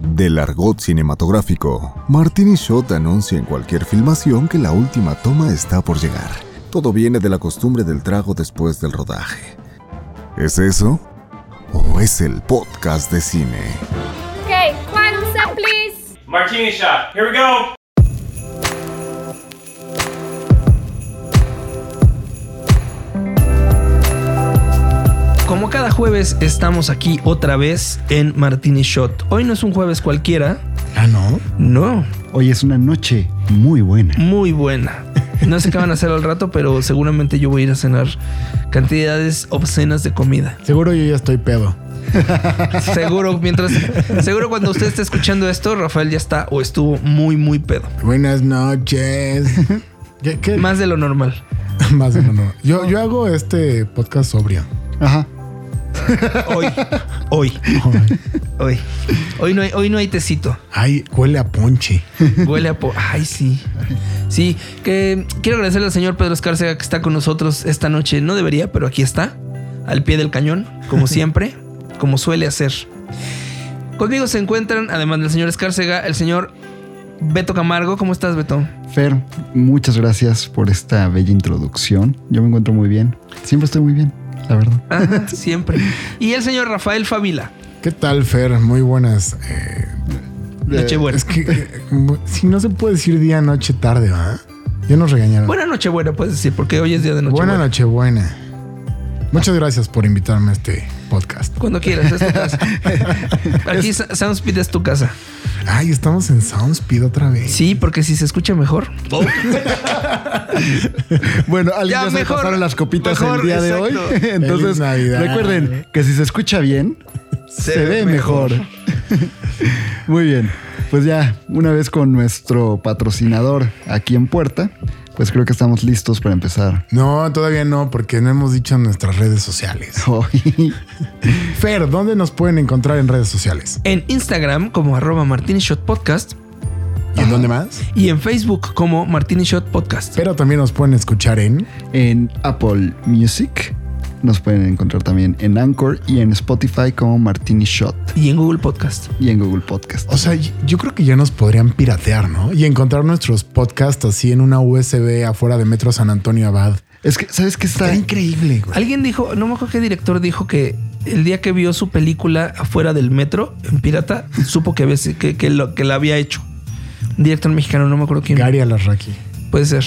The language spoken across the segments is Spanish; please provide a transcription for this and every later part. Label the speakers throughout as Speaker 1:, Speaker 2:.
Speaker 1: Del argot cinematográfico, Martin y Shot anuncia en cualquier filmación que la última toma está por llegar. Todo viene de la costumbre del trago después del rodaje. ¿Es eso? ¿O es el podcast de cine?
Speaker 2: Okay, one set, please.
Speaker 3: Martini shot. Here we go.
Speaker 4: Como cada jueves estamos aquí otra vez en Martini Shot. Hoy no es un jueves cualquiera,
Speaker 5: Ah, no.
Speaker 4: no,
Speaker 5: Hoy es una noche muy buena.
Speaker 4: muy buena. No sé qué van a hacer al rato, pero seguramente yo voy a ir a cenar cantidades obscenas de comida.
Speaker 6: Seguro yo ya estoy pedo.
Speaker 4: Seguro, mientras, seguro cuando usted esté escuchando esto, Rafael ya está o estuvo muy, muy pedo.
Speaker 6: Buenas noches. ¿Qué, qué?
Speaker 4: Más de lo normal.
Speaker 6: Más de lo normal. Yo, yo hago este podcast sobrio.
Speaker 5: Ajá.
Speaker 4: Hoy, hoy, hoy. Hoy no hay, hoy no hay tecito.
Speaker 6: Ay, huele a ponche.
Speaker 4: Huele a po. Ay, sí. Sí, que quiero agradecerle al señor Pedro Escárcega que está con nosotros esta noche. No debería, pero aquí está, al pie del cañón, como siempre, como suele hacer. Conmigo se encuentran, además del señor Escárcega, el señor Beto Camargo. ¿Cómo estás, Beto?
Speaker 5: Fer, muchas gracias por esta bella introducción. Yo me encuentro muy bien. Siempre estoy muy bien, la verdad.
Speaker 4: Ajá, siempre. Y el señor Rafael Favila.
Speaker 6: ¿Qué tal, Fer? Muy buenas. eh,
Speaker 4: Nochebuena.
Speaker 6: es que eh, si no se puede decir día, noche, tarde, ¿va? Ya nos regañaron.
Speaker 4: Buena Nochebuena, puedes decir, porque hoy es día de Nochebuena.
Speaker 6: Buena noche, buena. Muchas gracias por invitarme a este podcast.
Speaker 4: Cuando quieras, es tu casa. Aquí Sa- Soundspeed es tu casa.
Speaker 6: Ay, estamos en Soundspeed otra vez.
Speaker 4: Sí, porque si se escucha mejor.
Speaker 5: Bueno, alguien
Speaker 4: Ya,
Speaker 5: ya, se
Speaker 4: mejor,
Speaker 5: pasaron las copitas
Speaker 4: mejor,
Speaker 5: el día de
Speaker 4: exacto.
Speaker 5: hoy. Entonces,
Speaker 6: Feliz Navidad.
Speaker 5: recuerden que si se escucha bien, se, ve mejor. muy bien. Pues ya, una vez con nuestro patrocinador aquí en Puerta, pues creo que estamos listos para empezar.
Speaker 6: No, todavía no, porque no hemos dicho en nuestras redes sociales.
Speaker 5: Hoy.
Speaker 6: Fer, ¿dónde nos pueden encontrar en redes sociales?
Speaker 4: En Instagram como arroba martinishotpodcast
Speaker 6: ¿Y en dónde más?
Speaker 4: y en Facebook como martinishotpodcast.
Speaker 6: Pero también nos pueden escuchar en
Speaker 5: en Apple Music. Nos pueden encontrar también en Anchor y en Spotify como Martini Shot
Speaker 4: Y en Google Podcast.
Speaker 5: y en Google Podcast.
Speaker 6: O sea, y- yo creo que ya nos podrían piratear, ¿no? Y encontrar nuestros podcasts así en una USB afuera de Metro San Antonio Abad.
Speaker 5: Es que, ¿sabes qué está?
Speaker 6: Está increíble, güey.
Speaker 4: Alguien dijo, no me acuerdo qué director dijo que el día que vio su película afuera del metro, en pirata, supo que, había- que, que lo, que la había hecho. Un director mexicano, no me acuerdo quién.
Speaker 6: Gary Alarraqui.
Speaker 4: Puede ser.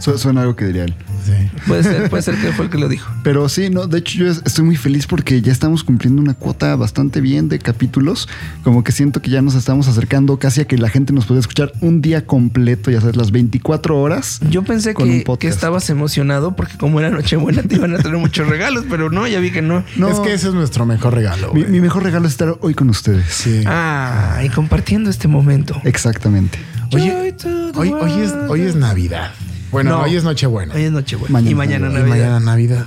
Speaker 5: Su- Suena algo que diría él.
Speaker 6: Sí.
Speaker 4: Puede ser, puede ser que fue el que lo dijo.
Speaker 5: Pero sí, no, de hecho yo es- estoy muy feliz porque ya estamos cumpliendo una cuota bastante bien de capítulos. Como que siento que ya nos estamos acercando casi a que la gente nos puede escuchar un día completo, ya sabes, las 24 horas.
Speaker 4: Yo pensé
Speaker 5: Con un
Speaker 4: que,
Speaker 5: podcast.
Speaker 4: que estabas emocionado porque como era Nochebuena te iban a traer muchos regalos, pero no, ya vi que no.
Speaker 5: No,
Speaker 6: Es que ese es nuestro mejor regalo,
Speaker 5: mi,
Speaker 6: güey.
Speaker 5: mi mejor regalo es estar hoy con ustedes.
Speaker 6: Sí.
Speaker 4: Ah, y compartiendo este momento.
Speaker 5: Exactamente.
Speaker 6: Oye, hoy, hoy es, hoy es Navidad. Bueno,
Speaker 4: No.
Speaker 6: hoy es Nochebuena.
Speaker 4: Hoy es Nochebuena.
Speaker 5: Mañana
Speaker 4: y
Speaker 5: es
Speaker 4: mañana
Speaker 6: Y
Speaker 4: Navidad.
Speaker 6: mañana Navidad.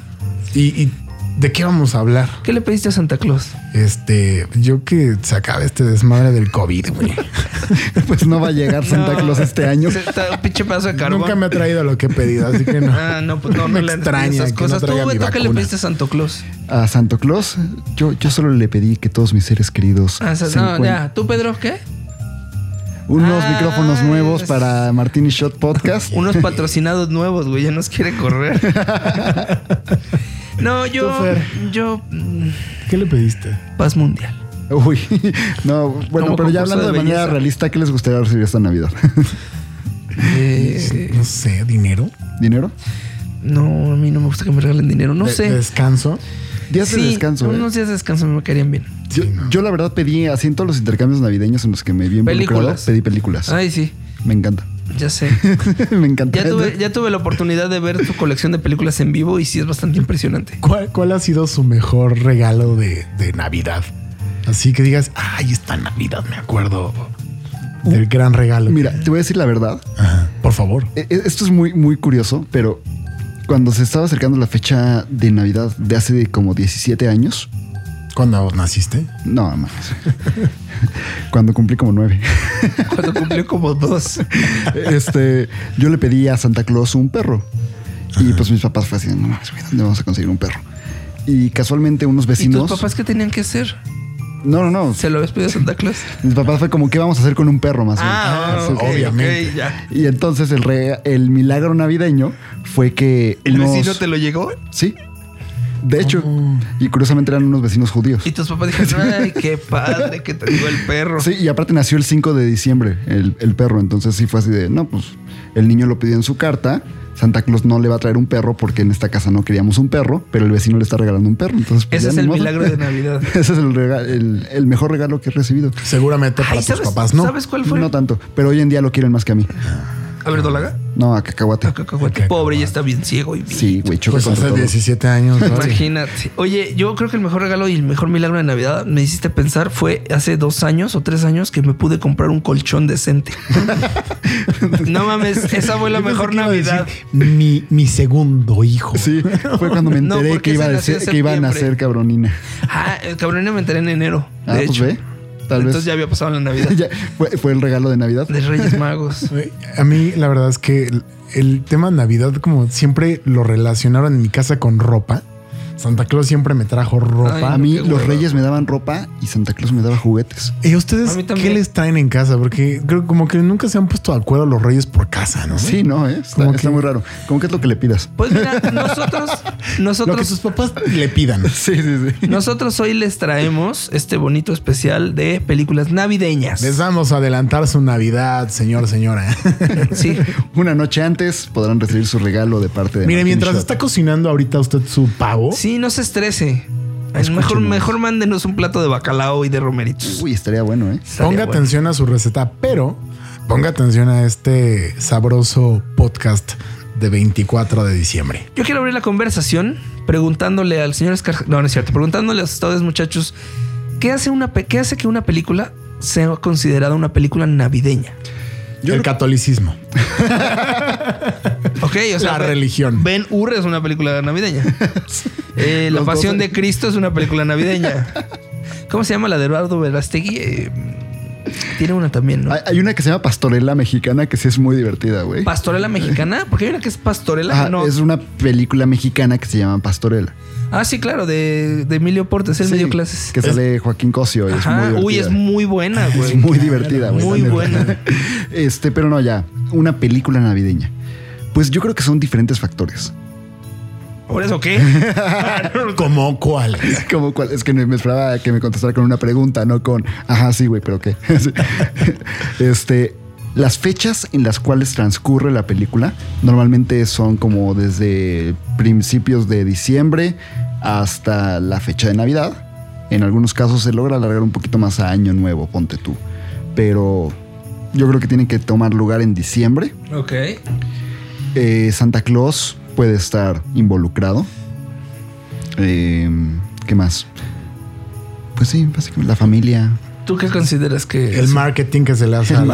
Speaker 6: ¿Y, y de qué vamos a hablar?
Speaker 4: ¿Qué le pediste a Santa Claus?
Speaker 6: Este, yo que se acabe este desmadre del COVID, güey.
Speaker 5: Pues no va a llegar Santa
Speaker 4: No.
Speaker 5: Claus este año.
Speaker 4: Se- está Un pinche pedazo de carbón.
Speaker 6: Nunca me ha traído lo que he pedido, así que no.
Speaker 4: Ah, no, pues no, no
Speaker 6: me
Speaker 4: le-
Speaker 6: extraña
Speaker 4: esas
Speaker 6: que no
Speaker 4: cosas.
Speaker 6: traiga
Speaker 4: Tú,
Speaker 6: mi
Speaker 4: Beto, ¿qué le
Speaker 6: vacuna.
Speaker 4: pediste a Santa Claus?
Speaker 5: a Santo Claus, yo, yo solo le pedí que todos mis seres queridos
Speaker 4: Ah, sa-
Speaker 5: se
Speaker 4: no,
Speaker 5: encuent-
Speaker 4: ya. ¿Tú, Pedro, qué?
Speaker 5: unos
Speaker 4: Ah,
Speaker 5: micrófonos nuevos
Speaker 4: es-
Speaker 5: para Martini Shot Podcast.
Speaker 4: Unos patrocinados nuevos, güey. Ya nos quiere correr. no, yo...
Speaker 6: Tú, Fer.
Speaker 4: Yo... mm,
Speaker 6: ¿Qué le pediste?
Speaker 4: Paz mundial.
Speaker 5: Uy, no, bueno,
Speaker 4: Como
Speaker 5: pero
Speaker 4: concurso
Speaker 5: ya hablando
Speaker 4: de
Speaker 5: de, manera
Speaker 4: belleza.
Speaker 5: realista, ¿qué les gustaría recibir esta Navidad?
Speaker 4: Eh,
Speaker 6: No sé, dinero.
Speaker 5: ¿Dinero?
Speaker 4: no, a mí no me gusta que me regalen dinero. No
Speaker 6: De-
Speaker 4: sé.
Speaker 6: Descanso.
Speaker 5: Días de
Speaker 4: Sí,
Speaker 5: descanso. ¿eh?
Speaker 4: Unos días de descanso me caerían bien.
Speaker 5: Yo,
Speaker 6: Sí, no.
Speaker 5: yo la verdad pedí, así en todos los intercambios navideños en los que me vi involucrado,
Speaker 4: Películas.
Speaker 5: pedí películas.
Speaker 4: Ay, sí.
Speaker 5: Me encanta.
Speaker 4: Ya sé.
Speaker 5: me encanta.
Speaker 4: Ya tuve, ya tuve la oportunidad de ver tu colección de películas en vivo y sí es bastante impresionante.
Speaker 6: ¿Cuál, cuál ha sido su mejor regalo de, de Navidad? Así que digas, ay, esta Navidad me acuerdo
Speaker 4: Uh,
Speaker 6: del gran regalo.
Speaker 5: Mira, te voy a decir la verdad.
Speaker 6: Ajá, por favor.
Speaker 5: E- e- Esto es muy, muy curioso, pero cuando se estaba acercando la fecha de Navidad de hace como 17 años,
Speaker 6: ¿Cuándo naciste?
Speaker 5: No, mames. Cuando cumplí como nueve,
Speaker 4: Cuando cumplió como dos.
Speaker 5: este, yo le pedí a Santa Claus un perro. Y pues mis papás fue así, no mames, güey, ¿dónde vamos a conseguir un perro? Y casualmente unos
Speaker 4: ¿Y tus
Speaker 5: vecinos...
Speaker 4: papás qué tenían que hacer?
Speaker 5: No, no, no.
Speaker 4: ¿Se lo habías pedido a Santa Claus?
Speaker 5: Mis papás fue como, ¿qué vamos a hacer con un perro más o menos?
Speaker 4: Ah,
Speaker 5: Así
Speaker 4: ok,
Speaker 5: que-
Speaker 6: obviamente.
Speaker 4: ok, ya.
Speaker 5: Y entonces el, re- el milagro navideño fue que.
Speaker 4: ¿El
Speaker 5: unos-
Speaker 4: vecino te lo llegó?
Speaker 5: Sí. De hecho,
Speaker 4: Oh.
Speaker 5: y curiosamente eran unos vecinos judíos.
Speaker 4: Y tus papás dijeron, ay, qué padre que te llegó el perro.
Speaker 5: Sí, y aparte nació el 5 de diciembre el, el perro, entonces sí fue así de, no, pues el niño lo pidió en su carta, Santa Claus no le va a traer un perro porque en esta casa no queríamos un perro, pero el vecino le está regalando un perro. Entonces, pues,
Speaker 4: Ese
Speaker 5: ya
Speaker 4: es
Speaker 5: ni
Speaker 4: el
Speaker 5: modo.
Speaker 4: milagro de Navidad.
Speaker 5: Ese es el, rega- el- el mejor regalo que he recibido.
Speaker 6: Seguramente para
Speaker 4: Ay,
Speaker 6: tus
Speaker 4: ¿sabes-
Speaker 6: papás, ¿no? Pues
Speaker 4: ¿Sabes cuál fue?
Speaker 5: No tanto, pero hoy en día lo quieren más que a mí.
Speaker 4: A ver, Dolaga.
Speaker 5: No, a cacahuate.
Speaker 4: Ah, cacahuate.
Speaker 6: Cacahuate.
Speaker 4: Pobre, ya está bien ciego y bien-
Speaker 5: Sí, güey, choca
Speaker 6: Pues
Speaker 5: contra
Speaker 6: hace
Speaker 5: todo.
Speaker 6: 17 años. ¿no?
Speaker 4: Imagínate. Oye, yo creo que el mejor regalo y el mejor milagro de Navidad me hiciste pensar fue hace dos años o tres años que me pude comprar un colchón decente. no mames, esa fue la
Speaker 6: Yo pensé
Speaker 4: mejor
Speaker 6: que iba a decir,
Speaker 4: Navidad.
Speaker 6: mi, mi segundo hijo.
Speaker 5: Sí, fue cuando me
Speaker 4: No,
Speaker 5: enteré
Speaker 4: porque
Speaker 5: que, iba a
Speaker 4: ese
Speaker 5: decir,
Speaker 4: nació en
Speaker 5: que iban a
Speaker 4: septiembre.
Speaker 5: ser cabronina.
Speaker 4: Ah, el cabrón me enteré en enero. De
Speaker 5: Ah, pues
Speaker 4: hecho.
Speaker 5: ve, tal
Speaker 4: Entonces
Speaker 5: vez.
Speaker 4: ya había pasado la Navidad.
Speaker 5: Ya, fue, fue el regalo de Navidad.
Speaker 4: De Reyes Magos.
Speaker 6: Güey, A mí la verdad es que el, el tema de Navidad como siempre lo relacionaron en mi casa con ropa. Santa Claus siempre me trajo ropa.
Speaker 5: A mí
Speaker 4: Qué
Speaker 5: los
Speaker 4: hueva.
Speaker 5: reyes me daban ropa y Santa Claus me daba juguetes.
Speaker 6: ¿Y a
Speaker 4: A
Speaker 6: ustedes
Speaker 4: mí también.
Speaker 6: qué les traen en casa? Porque creo que como que nunca se han puesto de acuerdo los reyes por casa, ¿no?
Speaker 5: Sí, no, ¿eh? está,
Speaker 6: Como que-
Speaker 5: está muy raro. ¿Cómo que es lo que le pidas?
Speaker 4: Pues mira, nosotros,
Speaker 6: Lo que
Speaker 4: nosotros,
Speaker 6: sus papás le pidan.
Speaker 5: Sí, sí, sí.
Speaker 4: nosotros hoy les traemos este bonito especial de películas navideñas.
Speaker 6: Les vamos a adelantar su Navidad, señor, señora.
Speaker 4: Sí.
Speaker 5: Una noche antes podrán recibir su regalo de parte de.
Speaker 6: Mire,
Speaker 5: Martín
Speaker 6: mientras
Speaker 5: Shot.
Speaker 6: está cocinando ahorita usted su
Speaker 5: Oh.
Speaker 6: pavo,
Speaker 4: Sí, no se estrese. Mejor,
Speaker 5: Escúchenos.
Speaker 4: mejor mándenos un plato de bacalao y de romeritos.
Speaker 5: Uy, estaría bueno, ¿eh?
Speaker 4: Estaría
Speaker 6: ponga
Speaker 4: bueno.
Speaker 6: atención a su receta, pero ponga atención a este sabroso podcast de 24 de diciembre.
Speaker 4: Yo quiero abrir la conversación preguntándole al señor Escar... No, no es cierto. Preguntándole a ustedes, muchachos, ¿qué hace, una pe- ¿qué hace que una película sea considerada una película navideña?
Speaker 6: el catolicismo.
Speaker 4: Ok, o sea...
Speaker 6: La religión.
Speaker 4: Ben Hur es una película navideña. Eh, la
Speaker 5: Los dos
Speaker 4: Pasión
Speaker 5: son-
Speaker 4: de Cristo es una película navideña. ¿Cómo se llama la de Eduardo Verástegui? Eh, tiene una también, ¿no?
Speaker 5: Hay, hay una que se llama Pastorela Mexicana que sí es muy divertida, güey.
Speaker 4: ¿Pastorela mexicana? Porque hay una que es pastorela.
Speaker 5: Ajá,
Speaker 4: no.
Speaker 5: Ah, Es una película mexicana que se llama Pastorela.
Speaker 4: Ah, sí, claro, de, de Emilio Portes, el
Speaker 5: Sí,
Speaker 4: medio clases.
Speaker 5: Que sale Joaquín Cosio. y es
Speaker 4: Ajá,
Speaker 5: muy
Speaker 4: uy, es
Speaker 5: divertida.
Speaker 4: muy buena, güey.
Speaker 5: Es muy divertida, güey.
Speaker 4: Muy
Speaker 5: la neta.
Speaker 4: buena.
Speaker 5: Este, pero no, ya. Una película navideña. Pues yo creo que son diferentes factores.
Speaker 4: ¿Por eso qué? Ah,
Speaker 6: ¿Como cuál?
Speaker 5: Como cual, es que me me esperaba que me contestara con una pregunta, no con, ajá, sí, güey, pero qué. Sí. este, las fechas en las cuales transcurre la película normalmente son como desde principios de diciembre hasta la fecha de Navidad. En algunos casos se logra alargar un poquito más a Año Nuevo, ponte tú. Pero yo creo que tienen que tomar lugar en diciembre.
Speaker 4: ok.
Speaker 5: Eh, Santa Claus puede estar involucrado. Eh, ¿Qué más? Pues sí, básicamente la familia.
Speaker 4: ¿Tú qué consideras que
Speaker 6: El marketing que se le hace
Speaker 5: El
Speaker 6: a la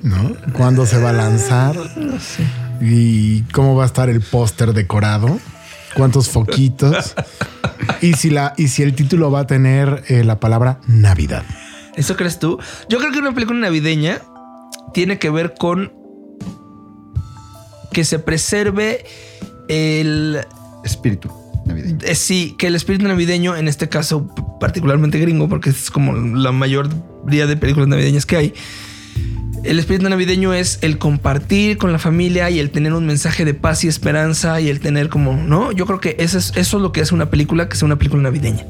Speaker 6: peli, ¿no? ¿Cuándo se va a lanzar? ¿Y cómo va a estar el póster decorado? ¿Cuántos foquitos? Y si, la, y si el título va a tener eh, la palabra Navidad.
Speaker 4: ¿Eso crees tú? Yo creo que una película navideña tiene que ver con que se preserve el...
Speaker 5: Espíritu navideño.
Speaker 4: eh, sí, que el espíritu navideño, en este caso particularmente gringo, porque es como la mayoría de películas navideñas que hay, el espíritu navideño es el compartir con la familia y el tener un mensaje de paz y esperanza y el tener como, ¿no? Yo creo que eso es, eso es lo que hace una película, que sea una película navideña.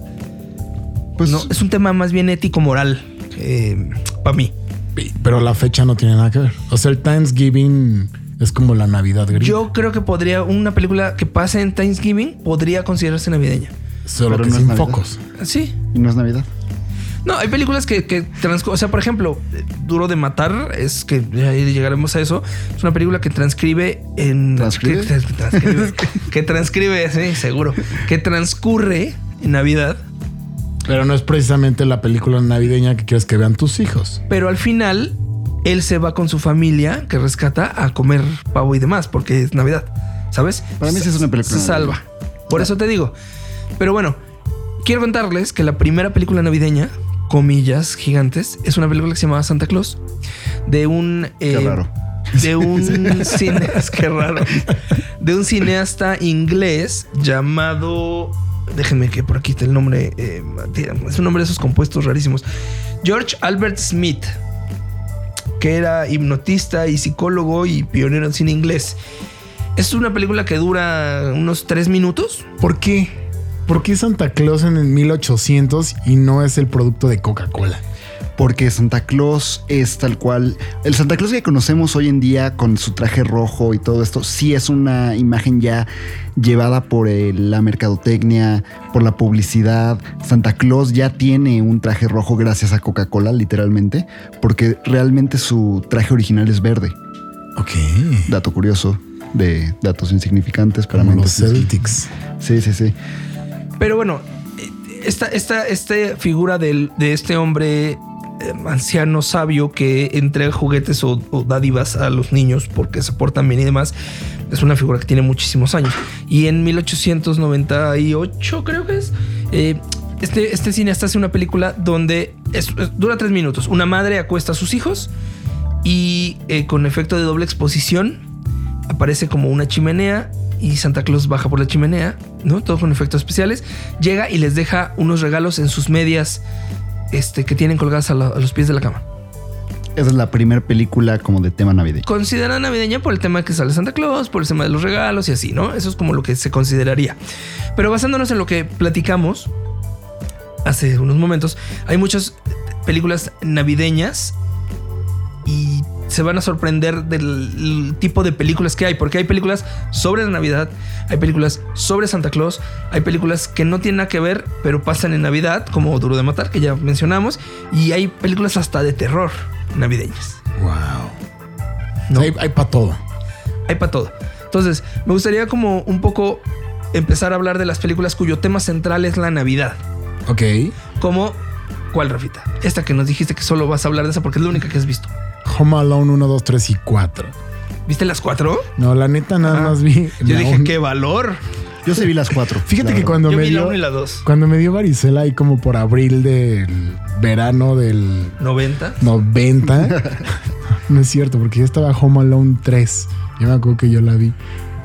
Speaker 5: Pues
Speaker 4: No, es un tema más bien ético-moral para mí.
Speaker 6: Pero la fecha no tiene nada que ver. O sea, el Thanksgiving es como la Navidad gringa.
Speaker 4: Yo creo que podría una película que pase en Thanksgiving podría considerarse navideña.
Speaker 6: solo
Speaker 5: Pero
Speaker 6: que
Speaker 5: no es
Speaker 6: sin
Speaker 5: Navidad.
Speaker 6: focos.
Speaker 4: Sí.
Speaker 5: y no es Navidad.
Speaker 4: No, hay películas que, que transcur- O sea, por ejemplo, eh, Duro de Matar, es que ya llegaremos a eso. Es una película que transcribe en.
Speaker 5: ¿Transcribe?
Speaker 4: Que, que transcribe, que transcribe, sí, seguro. Que transcurre en Navidad.
Speaker 6: Pero no es precisamente la película navideña que quieres que vean tus hijos.
Speaker 4: Pero al final, él se va con su familia que rescata a comer pavo y demás, porque es Navidad, ¿sabes?
Speaker 5: Para mí sí es una película Ah.
Speaker 4: Se salva. Por
Speaker 5: Ya.
Speaker 4: eso te digo. Pero bueno, quiero contarles que la primera película navideña, comillas gigantes, es una película que se llamaba Santa Claus, de un... eh,
Speaker 5: raro.
Speaker 4: De un cineasta, qué raro. De un cineasta inglés llamado Déjenme que por aquí está el nombre. eh, es un nombre de esos compuestos rarísimos. George Albert Smith, que era hipnotista y psicólogo y pionero en cine inglés. Es una película que dura unos tres minutos.
Speaker 6: ¿Por qué? ¿Por qué Santa Claus en el 1800 y no es el producto de Coca-Cola?
Speaker 5: Porque Santa Claus es tal cual. El Santa Claus que conocemos hoy en día con su traje rojo y todo esto, sí es una imagen ya llevada por eh, la mercadotecnia, por la publicidad. Santa Claus ya tiene un traje rojo gracias a Coca-Cola, literalmente, porque realmente su traje original es verde.
Speaker 6: Ok.
Speaker 5: Dato curioso de datos insignificantes para
Speaker 6: Como los
Speaker 5: mentes.
Speaker 6: Celtics.
Speaker 5: Sí, sí, sí.
Speaker 4: Pero bueno, eh, esta, esta, esta figura del- de este hombre eh, anciano sabio que entrega juguetes o, o dádivas a los niños porque se portan bien y demás, es una figura que tiene muchísimos años. Y en 1898 creo que es, eh, este, este cineasta hace una película donde es- es- dura tres minutos. Una madre acuesta a sus hijos y eh, con efecto de doble exposición aparece como una chimenea y Santa Claus baja por la chimenea, ¿no? Todo con efectos especiales. Llega y les deja unos regalos en sus medias este, que tienen colgadas a, la- a los pies de la cama.
Speaker 5: Esa es la primera película como de tema navideño.
Speaker 4: Considerada navideña por el tema que sale Santa Claus, por el tema de los regalos y así, ¿no? Eso es como lo que se consideraría. Pero basándonos en lo que platicamos hace unos momentos, hay muchas películas navideñas y se van a sorprender del tipo de películas que hay, porque hay películas sobre la Navidad, hay películas sobre Santa Claus, hay películas que no tienen nada que ver, pero pasan en Navidad, como Duro de Matar, que ya mencionamos, y hay películas hasta de terror navideñas.
Speaker 6: Wow.
Speaker 4: ¿no?
Speaker 6: Hay, para todo.
Speaker 4: hay para todo. Entonces, me gustaría como un poco empezar a hablar de las películas cuyo tema central es la Navidad.
Speaker 6: Ok.
Speaker 4: Como, ¿cuál, Rafita? Esta que nos dijiste que solo vas a hablar de esa porque es la única que has visto.
Speaker 6: Home Alone 1, 2, 3 y 4.
Speaker 4: ¿Viste las cuatro?
Speaker 6: No, la neta nada
Speaker 4: Ah.
Speaker 6: más vi.
Speaker 4: Yo
Speaker 6: la
Speaker 4: dije,
Speaker 6: un-
Speaker 4: qué valor.
Speaker 5: Yo sí vi las cuatro.
Speaker 6: Fíjate
Speaker 5: la
Speaker 6: que
Speaker 5: verdad.
Speaker 6: cuando
Speaker 4: Yo
Speaker 6: me
Speaker 4: vi la
Speaker 6: dio.
Speaker 4: uno y la dos.
Speaker 6: Cuando me dio varicela ahí como por abril del verano del
Speaker 4: 90.
Speaker 6: 90. no es cierto, porque yo estaba Home Alone 3. Yo me acuerdo que yo la vi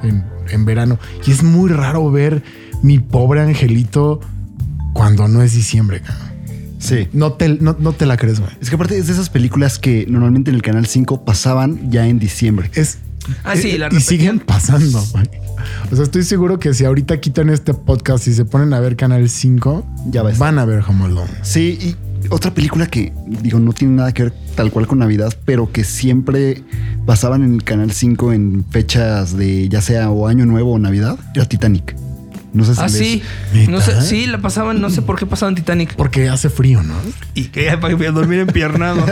Speaker 6: en, en verano. Y es muy raro ver mi pobre angelito cuando no es diciembre. cabrón.
Speaker 5: Sí.
Speaker 6: No te, no, no te la crees, güey.
Speaker 5: Es que aparte es de esas películas que normalmente en el Canal 5 pasaban ya en diciembre.
Speaker 6: Es.
Speaker 4: Ah, sí,
Speaker 6: eh,
Speaker 4: la
Speaker 6: y
Speaker 4: repetían.
Speaker 6: siguen pasando, güey. O sea, estoy seguro que si ahorita quitan este podcast y se ponen a ver Canal 5,
Speaker 5: Ya va a estar.
Speaker 6: van a ver Home Alone.
Speaker 5: Sí, y otra película que, digo, no tiene nada que ver tal cual con Navidad, pero que siempre pasaban en el Canal 5 en fechas de ya sea o Año Nuevo o Navidad, era Titanic. No sé si
Speaker 4: Ah,
Speaker 5: les-
Speaker 4: sí.
Speaker 6: ¿Neta?
Speaker 4: No sé, sí, la pasaban, no sé por qué pasaban Titanic.
Speaker 6: Porque hace frío, ¿no?
Speaker 4: Y que ya para que voy a dormir empiernado.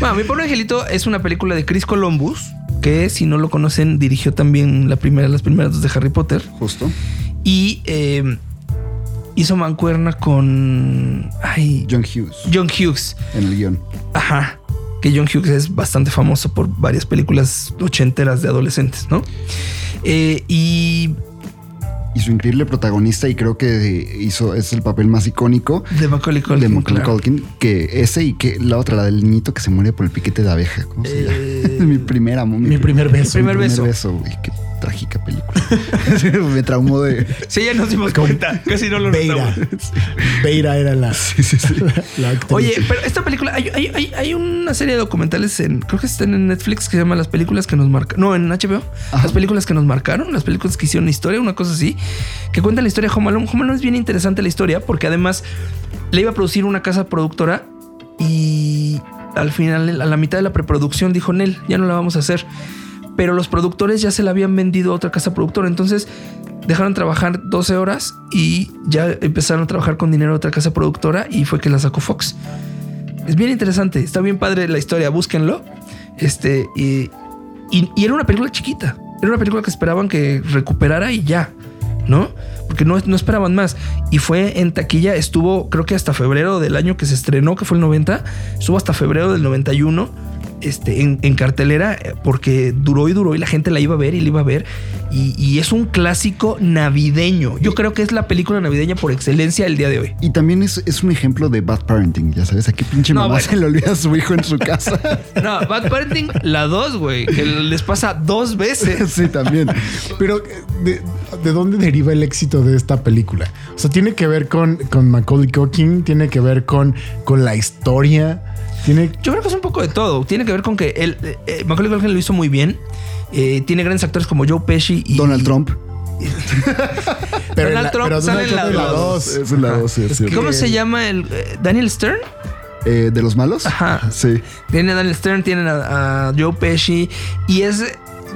Speaker 4: bueno, Mi Pobre Angelito es una película de Chris Columbus, que si no lo conocen, dirigió también la primera, las primeras dos de Harry Potter.
Speaker 5: Justo.
Speaker 4: Y eh, hizo mancuerna con. Ay,
Speaker 5: John Hughes
Speaker 4: John Hughes.
Speaker 5: en el guión.
Speaker 4: Ajá. Que John Hughes es bastante famoso por varias películas ochenteras de adolescentes, ¿no? Eh, y
Speaker 5: Y su increíble protagonista, y creo que hizo, es el papel más icónico
Speaker 4: de Macaulay Culkin.
Speaker 5: de Macaulay
Speaker 4: claro.
Speaker 5: Culkin, que ese y que la otra, la del niñito que se muere por el piquete de abeja. ¿Cómo se llama?
Speaker 4: Eh,
Speaker 5: mi primer amor.
Speaker 6: Mi primer beso.
Speaker 4: primer beso.
Speaker 5: güey. Qué trágica película. Me traumó de.
Speaker 4: Sí, ya nos dimos cuenta. Casi no lo
Speaker 6: Beira.
Speaker 4: notamos.
Speaker 6: Beira era la, la actriz.
Speaker 4: Oye, pero esta película, hay, hay- hay- hay una serie de documentales en, creo que están en Netflix que se llama Las películas que nos marcaron, no, en HBO,
Speaker 5: Ajá.
Speaker 4: Las películas que nos marcaron, las películas que hicieron historia, una cosa así, que cuenta la historia de Home Alone. Home Alone es bien interesante la historia porque además le iba a producir una casa productora y al final, a la mitad de la preproducción, dijo Nel, ya no la vamos a hacer. Pero los productores ya se la habían vendido a otra casa productora, entonces dejaron trabajar 12 horas y ya empezaron a trabajar con dinero de otra casa productora y fue que la sacó Fox. Es bien interesante, está bien padre la historia, búsquenlo. Este, y, y- y era una película chiquita, era una película que esperaban que recuperara y ya, ¿no? Porque no, no esperaban más. Y fue en taquilla, estuvo creo que hasta febrero del año que se estrenó, que fue el 90, estuvo hasta febrero del 91 este, en, en cartelera eh, porque duró y duró y la gente la iba a ver y la iba a ver. Y, y es un clásico navideño. Yo creo que es la película navideña por excelencia el día de hoy.
Speaker 5: Y también es, es un ejemplo de bad parenting, ya sabes, a qué pinche
Speaker 4: No,
Speaker 5: mamá
Speaker 4: bueno.
Speaker 5: se le olvida a su hijo en su casa.
Speaker 4: No, Bad Parenting, la dos, güey, que les pasa dos veces.
Speaker 5: sí, también.
Speaker 6: Pero, eh, ¿de, de dónde deriva el éxito de esta película? O sea, tiene que ver con, con Macaulay Culkin, tiene que ver con, con la historia, tiene...
Speaker 4: Yo creo que es un poco de todo. Tiene que ver con que él, eh, eh, Macaulay Culkin lo hizo muy bien. Eh, tiene grandes actores como Joe Pesci y
Speaker 5: Donald Trump.
Speaker 6: Pero
Speaker 4: Donald
Speaker 6: en la-
Speaker 4: Trump
Speaker 6: pero
Speaker 4: sale en
Speaker 6: Donald Trump
Speaker 4: la
Speaker 6: en la
Speaker 4: dos.
Speaker 6: dos.
Speaker 5: Es la dos, sí, es
Speaker 6: Es
Speaker 5: cierto.
Speaker 4: ¿Cómo se llama el eh, Daniel Stern?
Speaker 5: Eh, ¿De los malos?
Speaker 4: Ajá.
Speaker 5: Sí.
Speaker 4: Tienen a Daniel Stern, tienen a, a Joe Pesci y es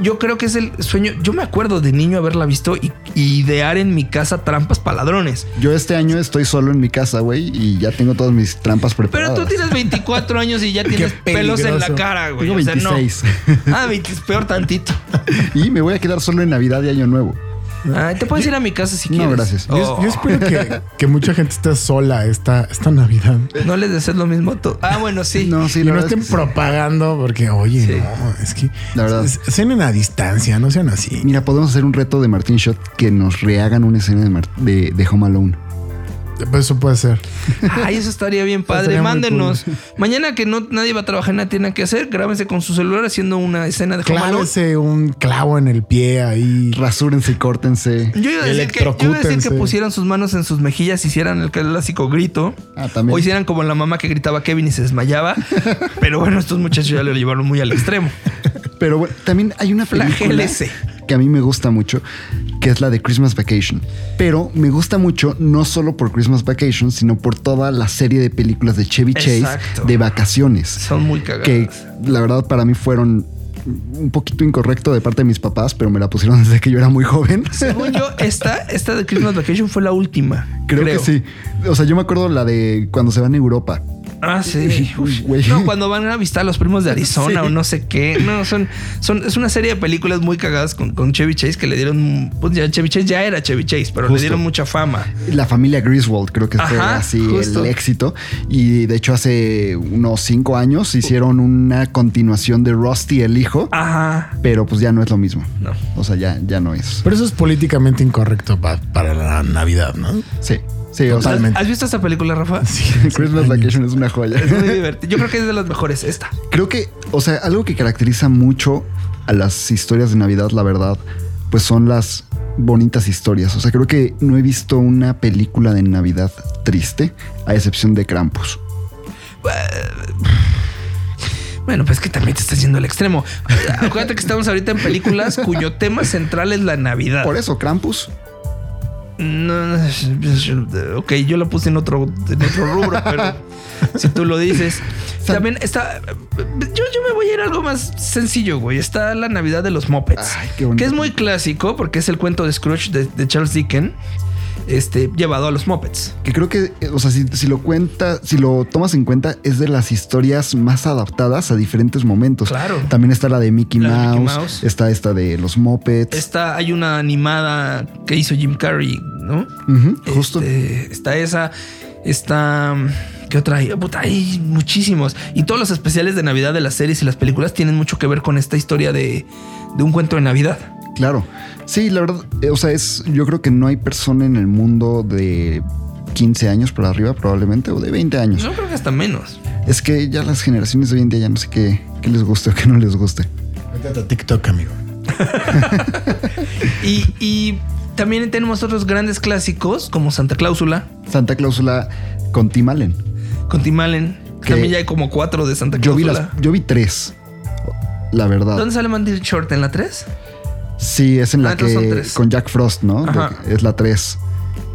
Speaker 4: yo creo que es el sueño. Yo me acuerdo de niño haberla visto y, y idear en mi casa trampas para ladrones.
Speaker 5: Yo este año estoy solo en mi casa, güey, y ya tengo todas mis trampas
Speaker 4: Pero
Speaker 5: preparadas.
Speaker 4: tú tienes 24 años y ya tienes pelos en la
Speaker 6: peligroso.
Speaker 4: cara, güey.
Speaker 5: Tengo
Speaker 4: O sea, no.
Speaker 5: 26.
Speaker 4: Ah, 20, es peor tantito.
Speaker 5: Y me voy a quedar solo en Navidad y Año Nuevo.
Speaker 4: Ah, te puedes ir a mi casa si
Speaker 5: No,
Speaker 4: quieres.
Speaker 5: gracias.
Speaker 6: Yo,
Speaker 4: Oh.
Speaker 6: yo espero que, que mucha gente esté sola esta, esta Navidad.
Speaker 4: Oh. No les desees lo mismo a tú. Ah, bueno, sí.
Speaker 5: No, sí,
Speaker 6: y
Speaker 5: la
Speaker 6: no
Speaker 5: verdad
Speaker 6: estén
Speaker 5: es que sí.
Speaker 6: propagando porque, oye,
Speaker 4: Sí.
Speaker 6: no, es que...
Speaker 5: La verdad.
Speaker 6: c- Cenen a distancia, no sean así.
Speaker 5: Mira, podemos hacer un reto de Martín Shot que nos rehagan una escena de, Mar- de, de Home Alone.
Speaker 6: Pues Eso puede ser.
Speaker 4: Ay, eso estaría bien padre.
Speaker 6: Estaría muy
Speaker 4: Mándenos. Mañana que no nadie va a trabajar, nada tiene que hacer. Grábense con su celular haciendo una escena de Home Alone.
Speaker 6: Clávese un clavo en el pie ahí.
Speaker 5: Rasúrense y córtense.
Speaker 4: Yo iba, a decir que, yo iba a decir que
Speaker 6: Electrocútense.
Speaker 4: pusieran sus manos en sus mejillas, hicieran el clásico grito.
Speaker 5: Ah, también.
Speaker 4: O hicieran como la mamá que gritaba Kevin y se desmayaba. Pero bueno, estos muchachos ya lo llevaron muy al extremo.
Speaker 5: Pero bueno, también hay una película
Speaker 4: Flagélese.
Speaker 5: que a mí me gusta mucho, que es la de Christmas Vacation. Pero me gusta mucho no solo por Christmas Vacation, sino por toda la serie de películas de Chevy Chase
Speaker 4: Exacto.
Speaker 5: de vacaciones.
Speaker 4: Son muy cagados.
Speaker 5: Que la verdad para mí fueron un poquito incorrecto de parte de mis papás, pero me la pusieron desde que yo era muy joven.
Speaker 4: Según yo, esta, esta de Christmas Vacation fue la última.
Speaker 5: Creo, que sí. O sea, yo me acuerdo la de cuando se van a Europa.
Speaker 4: Ah, sí.
Speaker 5: Uy, güey.
Speaker 4: No, cuando van a visitar a los primos de Arizona
Speaker 5: Sí.
Speaker 4: o no sé qué. No, son, son, es una serie de películas muy cagadas con, con Chevy Chase que le dieron. Pues ya Chevy Chase ya era Chevy Chase, pero le
Speaker 5: Justo.
Speaker 4: dieron mucha fama.
Speaker 5: La familia Griswold creo que fue
Speaker 4: Ajá,
Speaker 5: así
Speaker 4: justo.
Speaker 5: el éxito. Y de hecho hace unos cinco años hicieron una continuación de Rusty el hijo,
Speaker 4: Ah. Ajá.
Speaker 5: pero pues ya no es lo mismo.
Speaker 4: No.
Speaker 5: O sea, ya, ya no es.
Speaker 6: Pero eso es políticamente incorrecto pa- para la Navidad, ¿no?
Speaker 5: Sí, sí, o sea,
Speaker 6: Totalmente.
Speaker 4: ¿Has visto esta película, Rafa? Sí.
Speaker 5: Christmas Vacation es una joya.
Speaker 4: Es muy divertido. Yo creo que es de las mejores esta.
Speaker 5: Creo que, o sea, algo que caracteriza mucho a las historias de Navidad, la verdad, pues son las bonitas historias. O sea, creo que no he visto una película de Navidad triste, a excepción de Krampus.
Speaker 4: Bueno, pues que también te estás yendo al extremo. Acuérdate que estamos ahorita en películas cuyo tema central es la Navidad.
Speaker 5: Por eso, Krampus.
Speaker 4: No, no, ok, yo la puse en otro, en otro rubro, pero si tú lo dices. También está. Yo, yo me voy a ir a algo más sencillo, güey. Está la Navidad de los Muppets.
Speaker 5: Ay, qué bonito.
Speaker 4: Que es muy clásico porque es el cuento de Scrooge de, de Charles Dickens, este, llevado a los Muppets.
Speaker 5: Que creo que, eh, o sea, si, si lo cuenta, si lo tomas en cuenta, es de las historias más adaptadas a diferentes momentos.
Speaker 4: Claro.
Speaker 5: También está la de Mickey,
Speaker 4: La de
Speaker 5: Mouse,
Speaker 4: Mickey Mouse. Este,
Speaker 5: está esta de los Muppets.
Speaker 4: Esta, hay una animada que hizo Jim Carrey, ¿no?
Speaker 5: Ujú, justo.
Speaker 4: Este, está esa. Está. mm, ¿Qué otra hay? Puta, hay muchísimos. Y todos los especiales de Navidad de las series y las películas tienen mucho que ver con esta historia de, de un cuento de Navidad.
Speaker 5: Claro. Sí, la verdad, eh, o sea, es, yo creo que no hay persona en el mundo de 15 años para arriba probablemente, o de 20 años.
Speaker 4: Yo creo que hasta menos.
Speaker 5: Es que ya las generaciones de hoy en día ya no sé qué, qué les guste o qué no les guste.
Speaker 6: Métete a TikTok, amigo.
Speaker 4: Y, y también tenemos otros grandes clásicos como Santa Cláusula,
Speaker 5: Santa Clausula con Tim Allen.
Speaker 4: con Tim Allen. que
Speaker 5: Que-
Speaker 4: También ya hay como cuatro de Santa
Speaker 5: Yo vi,
Speaker 4: Cláusula.
Speaker 5: las, yo vi tres, la verdad.
Speaker 4: ¿Dónde sale Mandy Short? ¿En la 3?
Speaker 5: Sí, es en
Speaker 4: Ah,
Speaker 5: la
Speaker 4: entonces son
Speaker 5: que
Speaker 4: tres.
Speaker 5: con Jack Frost, ¿no?
Speaker 4: Ajá.
Speaker 5: Creo que Es la 3.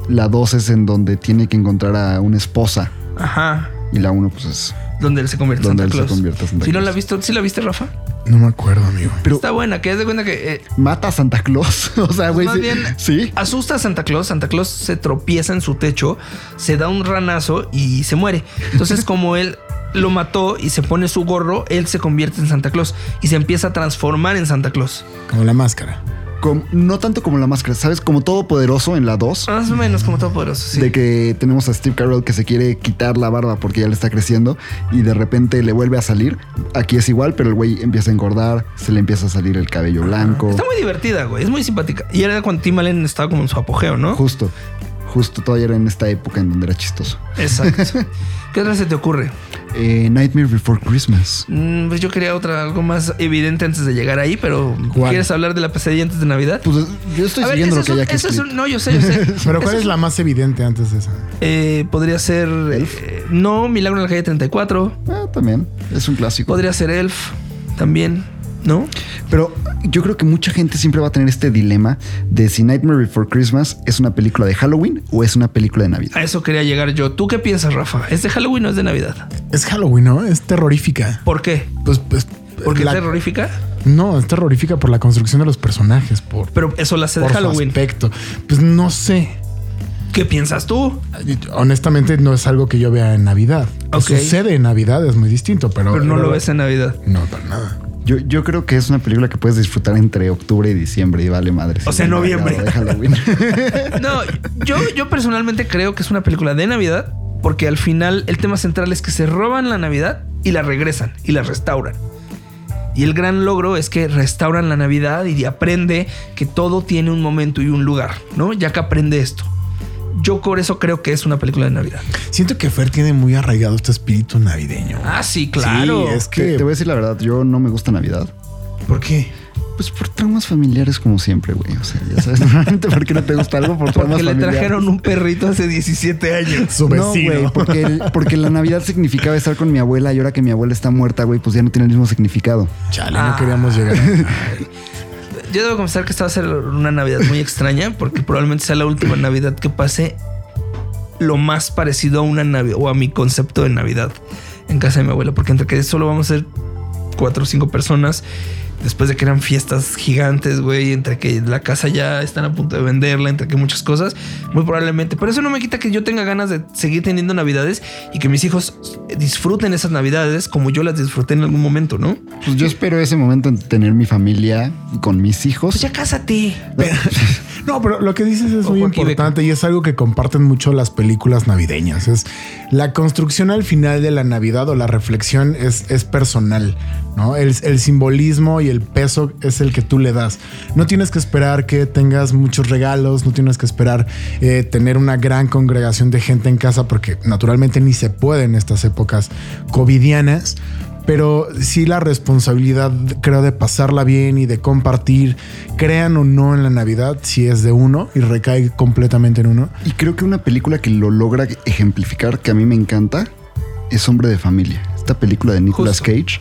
Speaker 5: La 2 es en donde tiene que encontrar a una esposa
Speaker 4: Ajá.
Speaker 5: y la 1 pues es
Speaker 4: Donde él se convierte en Santa
Speaker 5: Donde él se
Speaker 4: Claus.
Speaker 5: convierte en Santa
Speaker 4: si no
Speaker 5: Claus.
Speaker 4: la has visto, ¿sí la viste, Rafa?
Speaker 6: No me acuerdo, amigo.
Speaker 5: Pero-
Speaker 4: Está buena, que es de cuenta que eh,
Speaker 5: mata a Santa Claus, o sea, güey,
Speaker 4: Más
Speaker 5: sí,
Speaker 4: bien,
Speaker 5: sí.
Speaker 4: asusta a Santa Claus. Santa Claus se tropieza en su techo, se da un ranazo y se muere. Entonces, como él lo mató y se pone su gorro, él se convierte en Santa Claus y se empieza a transformar en Santa Claus.
Speaker 6: Como la máscara.
Speaker 5: com- no tanto como la máscara, ¿sabes? Como todopoderoso en la 2.
Speaker 4: Más o menos como todopoderoso, Ah, sí.
Speaker 5: De que tenemos a Steve Carell que se quiere quitar la barba porque ya le está creciendo y de repente le vuelve a salir. Aquí es igual, pero el güey empieza a engordar, se le empieza a salir el cabello blanco.
Speaker 4: Ah, Está muy divertida, güey. Es muy simpática. Y era cuando Tim Allen estaba como en su apogeo, ¿no?
Speaker 5: Justo, justo todavía era en esta época en donde era chistoso.
Speaker 4: Exacto. ¿Qué otra se te ocurre?
Speaker 5: Eh, Nightmare Before Christmas.
Speaker 4: Mm, pues yo quería otra, algo más evidente antes de llegar ahí, pero
Speaker 6: ¿Cuál?
Speaker 4: ¿quieres hablar de la pesadilla antes de Navidad?
Speaker 5: Pues yo estoy
Speaker 4: A ver, ese
Speaker 5: siguiendo lo
Speaker 4: es
Speaker 5: que
Speaker 4: un-
Speaker 5: hay aquí
Speaker 4: ese es
Speaker 5: escrito.
Speaker 4: un- No, yo sé, yo sé.
Speaker 6: Pero ¿cuál
Speaker 4: Ese
Speaker 6: es la más evidente antes de esa?
Speaker 4: Eh, podría ser. eh, no, Milagro en la calle 34.
Speaker 5: Ah, también, es un clásico.
Speaker 4: Podría ser Elf también, ¿no?
Speaker 5: Pero yo creo que mucha gente siempre va a tener este dilema de si Nightmare Before Christmas es una película de Halloween o es una película de Navidad.
Speaker 4: A eso quería llegar yo. ¿Tú qué piensas, Rafa? ¿Es de Halloween o es de Navidad?
Speaker 6: Es Halloween, ¿no? Es terrorífica.
Speaker 4: ¿Por qué?
Speaker 6: Pues, pues,
Speaker 4: ¿Porque
Speaker 6: la-
Speaker 4: es terrorífica?
Speaker 6: No, es terrorífica por la construcción de los personajes, por,
Speaker 4: Pero eso la hace de
Speaker 6: por su
Speaker 4: Halloween.
Speaker 6: aspecto. Pues no sé.
Speaker 4: ¿Qué piensas tú?
Speaker 6: Honestamente, no es algo que yo vea en Navidad. Lo
Speaker 4: Ok.
Speaker 6: que Sucede en Navidad, es muy distinto, pero.
Speaker 4: Pero no lo ves en Navidad.
Speaker 6: No, para nada.
Speaker 5: Yo, yo creo que es una película que puedes disfrutar entre octubre y diciembre y vale madre.
Speaker 4: O sea,
Speaker 5: no
Speaker 4: noviembre.
Speaker 5: de Halloween.
Speaker 4: No, yo, yo personalmente creo que es una película de Navidad porque al final el tema central es que se roban la Navidad y la regresan y la restauran. Y el gran logro es que restauran la Navidad y aprende que todo tiene un momento y un lugar, ¿no? Ya que aprende esto. Yo por eso creo que es una película de Navidad.
Speaker 6: Siento que Fer tiene muy arraigado este espíritu navideño.
Speaker 4: Ah, sí, claro.
Speaker 6: Sí, es
Speaker 5: Te,
Speaker 6: que.
Speaker 5: te voy a decir la verdad, yo no me gusta Navidad.
Speaker 6: ¿Por qué?
Speaker 5: Pues por traumas familiares como siempre, güey. O sea, ya sabes, normalmente ¿por qué no te gusta algo por traumas
Speaker 4: Porque le
Speaker 5: familiares.
Speaker 4: trajeron un perrito hace 17 años.
Speaker 6: Su
Speaker 5: No,
Speaker 6: vecino.
Speaker 5: güey, porque, el- porque la Navidad significaba estar con mi abuela y ahora que mi abuela está muerta, güey, pues ya no tiene el mismo significado.
Speaker 6: Chale,
Speaker 4: Ah.
Speaker 6: no queríamos llegar.
Speaker 4: Yo debo confesar que esta va a ser una Navidad muy extraña porque probablemente sea la última Navidad que pase lo más parecido a una Navidad o a mi concepto de Navidad en casa de mi abuela, porque entre que solo vamos a ser cuatro o cinco personas después de que eran fiestas gigantes, güey, entre que la casa ya están a punto de venderla, entre que muchas cosas, muy probablemente. Pero eso no me quita que yo tenga ganas de seguir teniendo Navidades y que mis hijos disfruten esas Navidades como yo las disfruté en algún momento, ¿no?
Speaker 5: Pues yo espero ese momento en tener mi familia con mis hijos.
Speaker 4: Pues ya cásate.
Speaker 6: No, pero lo que dices es
Speaker 4: O
Speaker 6: muy
Speaker 4: Joaquín
Speaker 6: importante y es algo que comparten mucho las películas navideñas. Es la construcción al final de la Navidad o la reflexión es, es personal, ¿no? El, el simbolismo y el peso es el que tú le das. No tienes que esperar que tengas muchos regalos, no tienes que esperar eh, tener una gran congregación de gente en casa porque naturalmente ni se puede en estas épocas covidianas. Pero sí la responsabilidad, creo, de pasarla bien y de compartir, crean o no en la Navidad, si es de uno y recae completamente en uno.
Speaker 5: Y creo que una película que lo logra ejemplificar, que a mí me encanta, es Hombre de Familia. Esta película de Nicolas
Speaker 4: Justo.
Speaker 5: Cage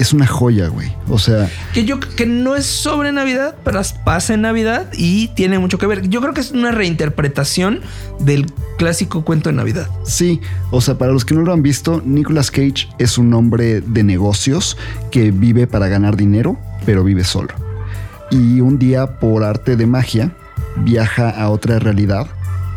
Speaker 5: es una joya, güey. O sea,
Speaker 4: Que yo que no es sobre Navidad, pero pasa en Navidad y tiene mucho que ver. Yo creo que es una reinterpretación del clásico cuento de Navidad.
Speaker 5: sí, o sea, para los que no lo han visto, Nicolas Cage es un hombre de negocios que vive para ganar dinero, pero vive solo. Y un día, por arte de magia, viaja a otra realidad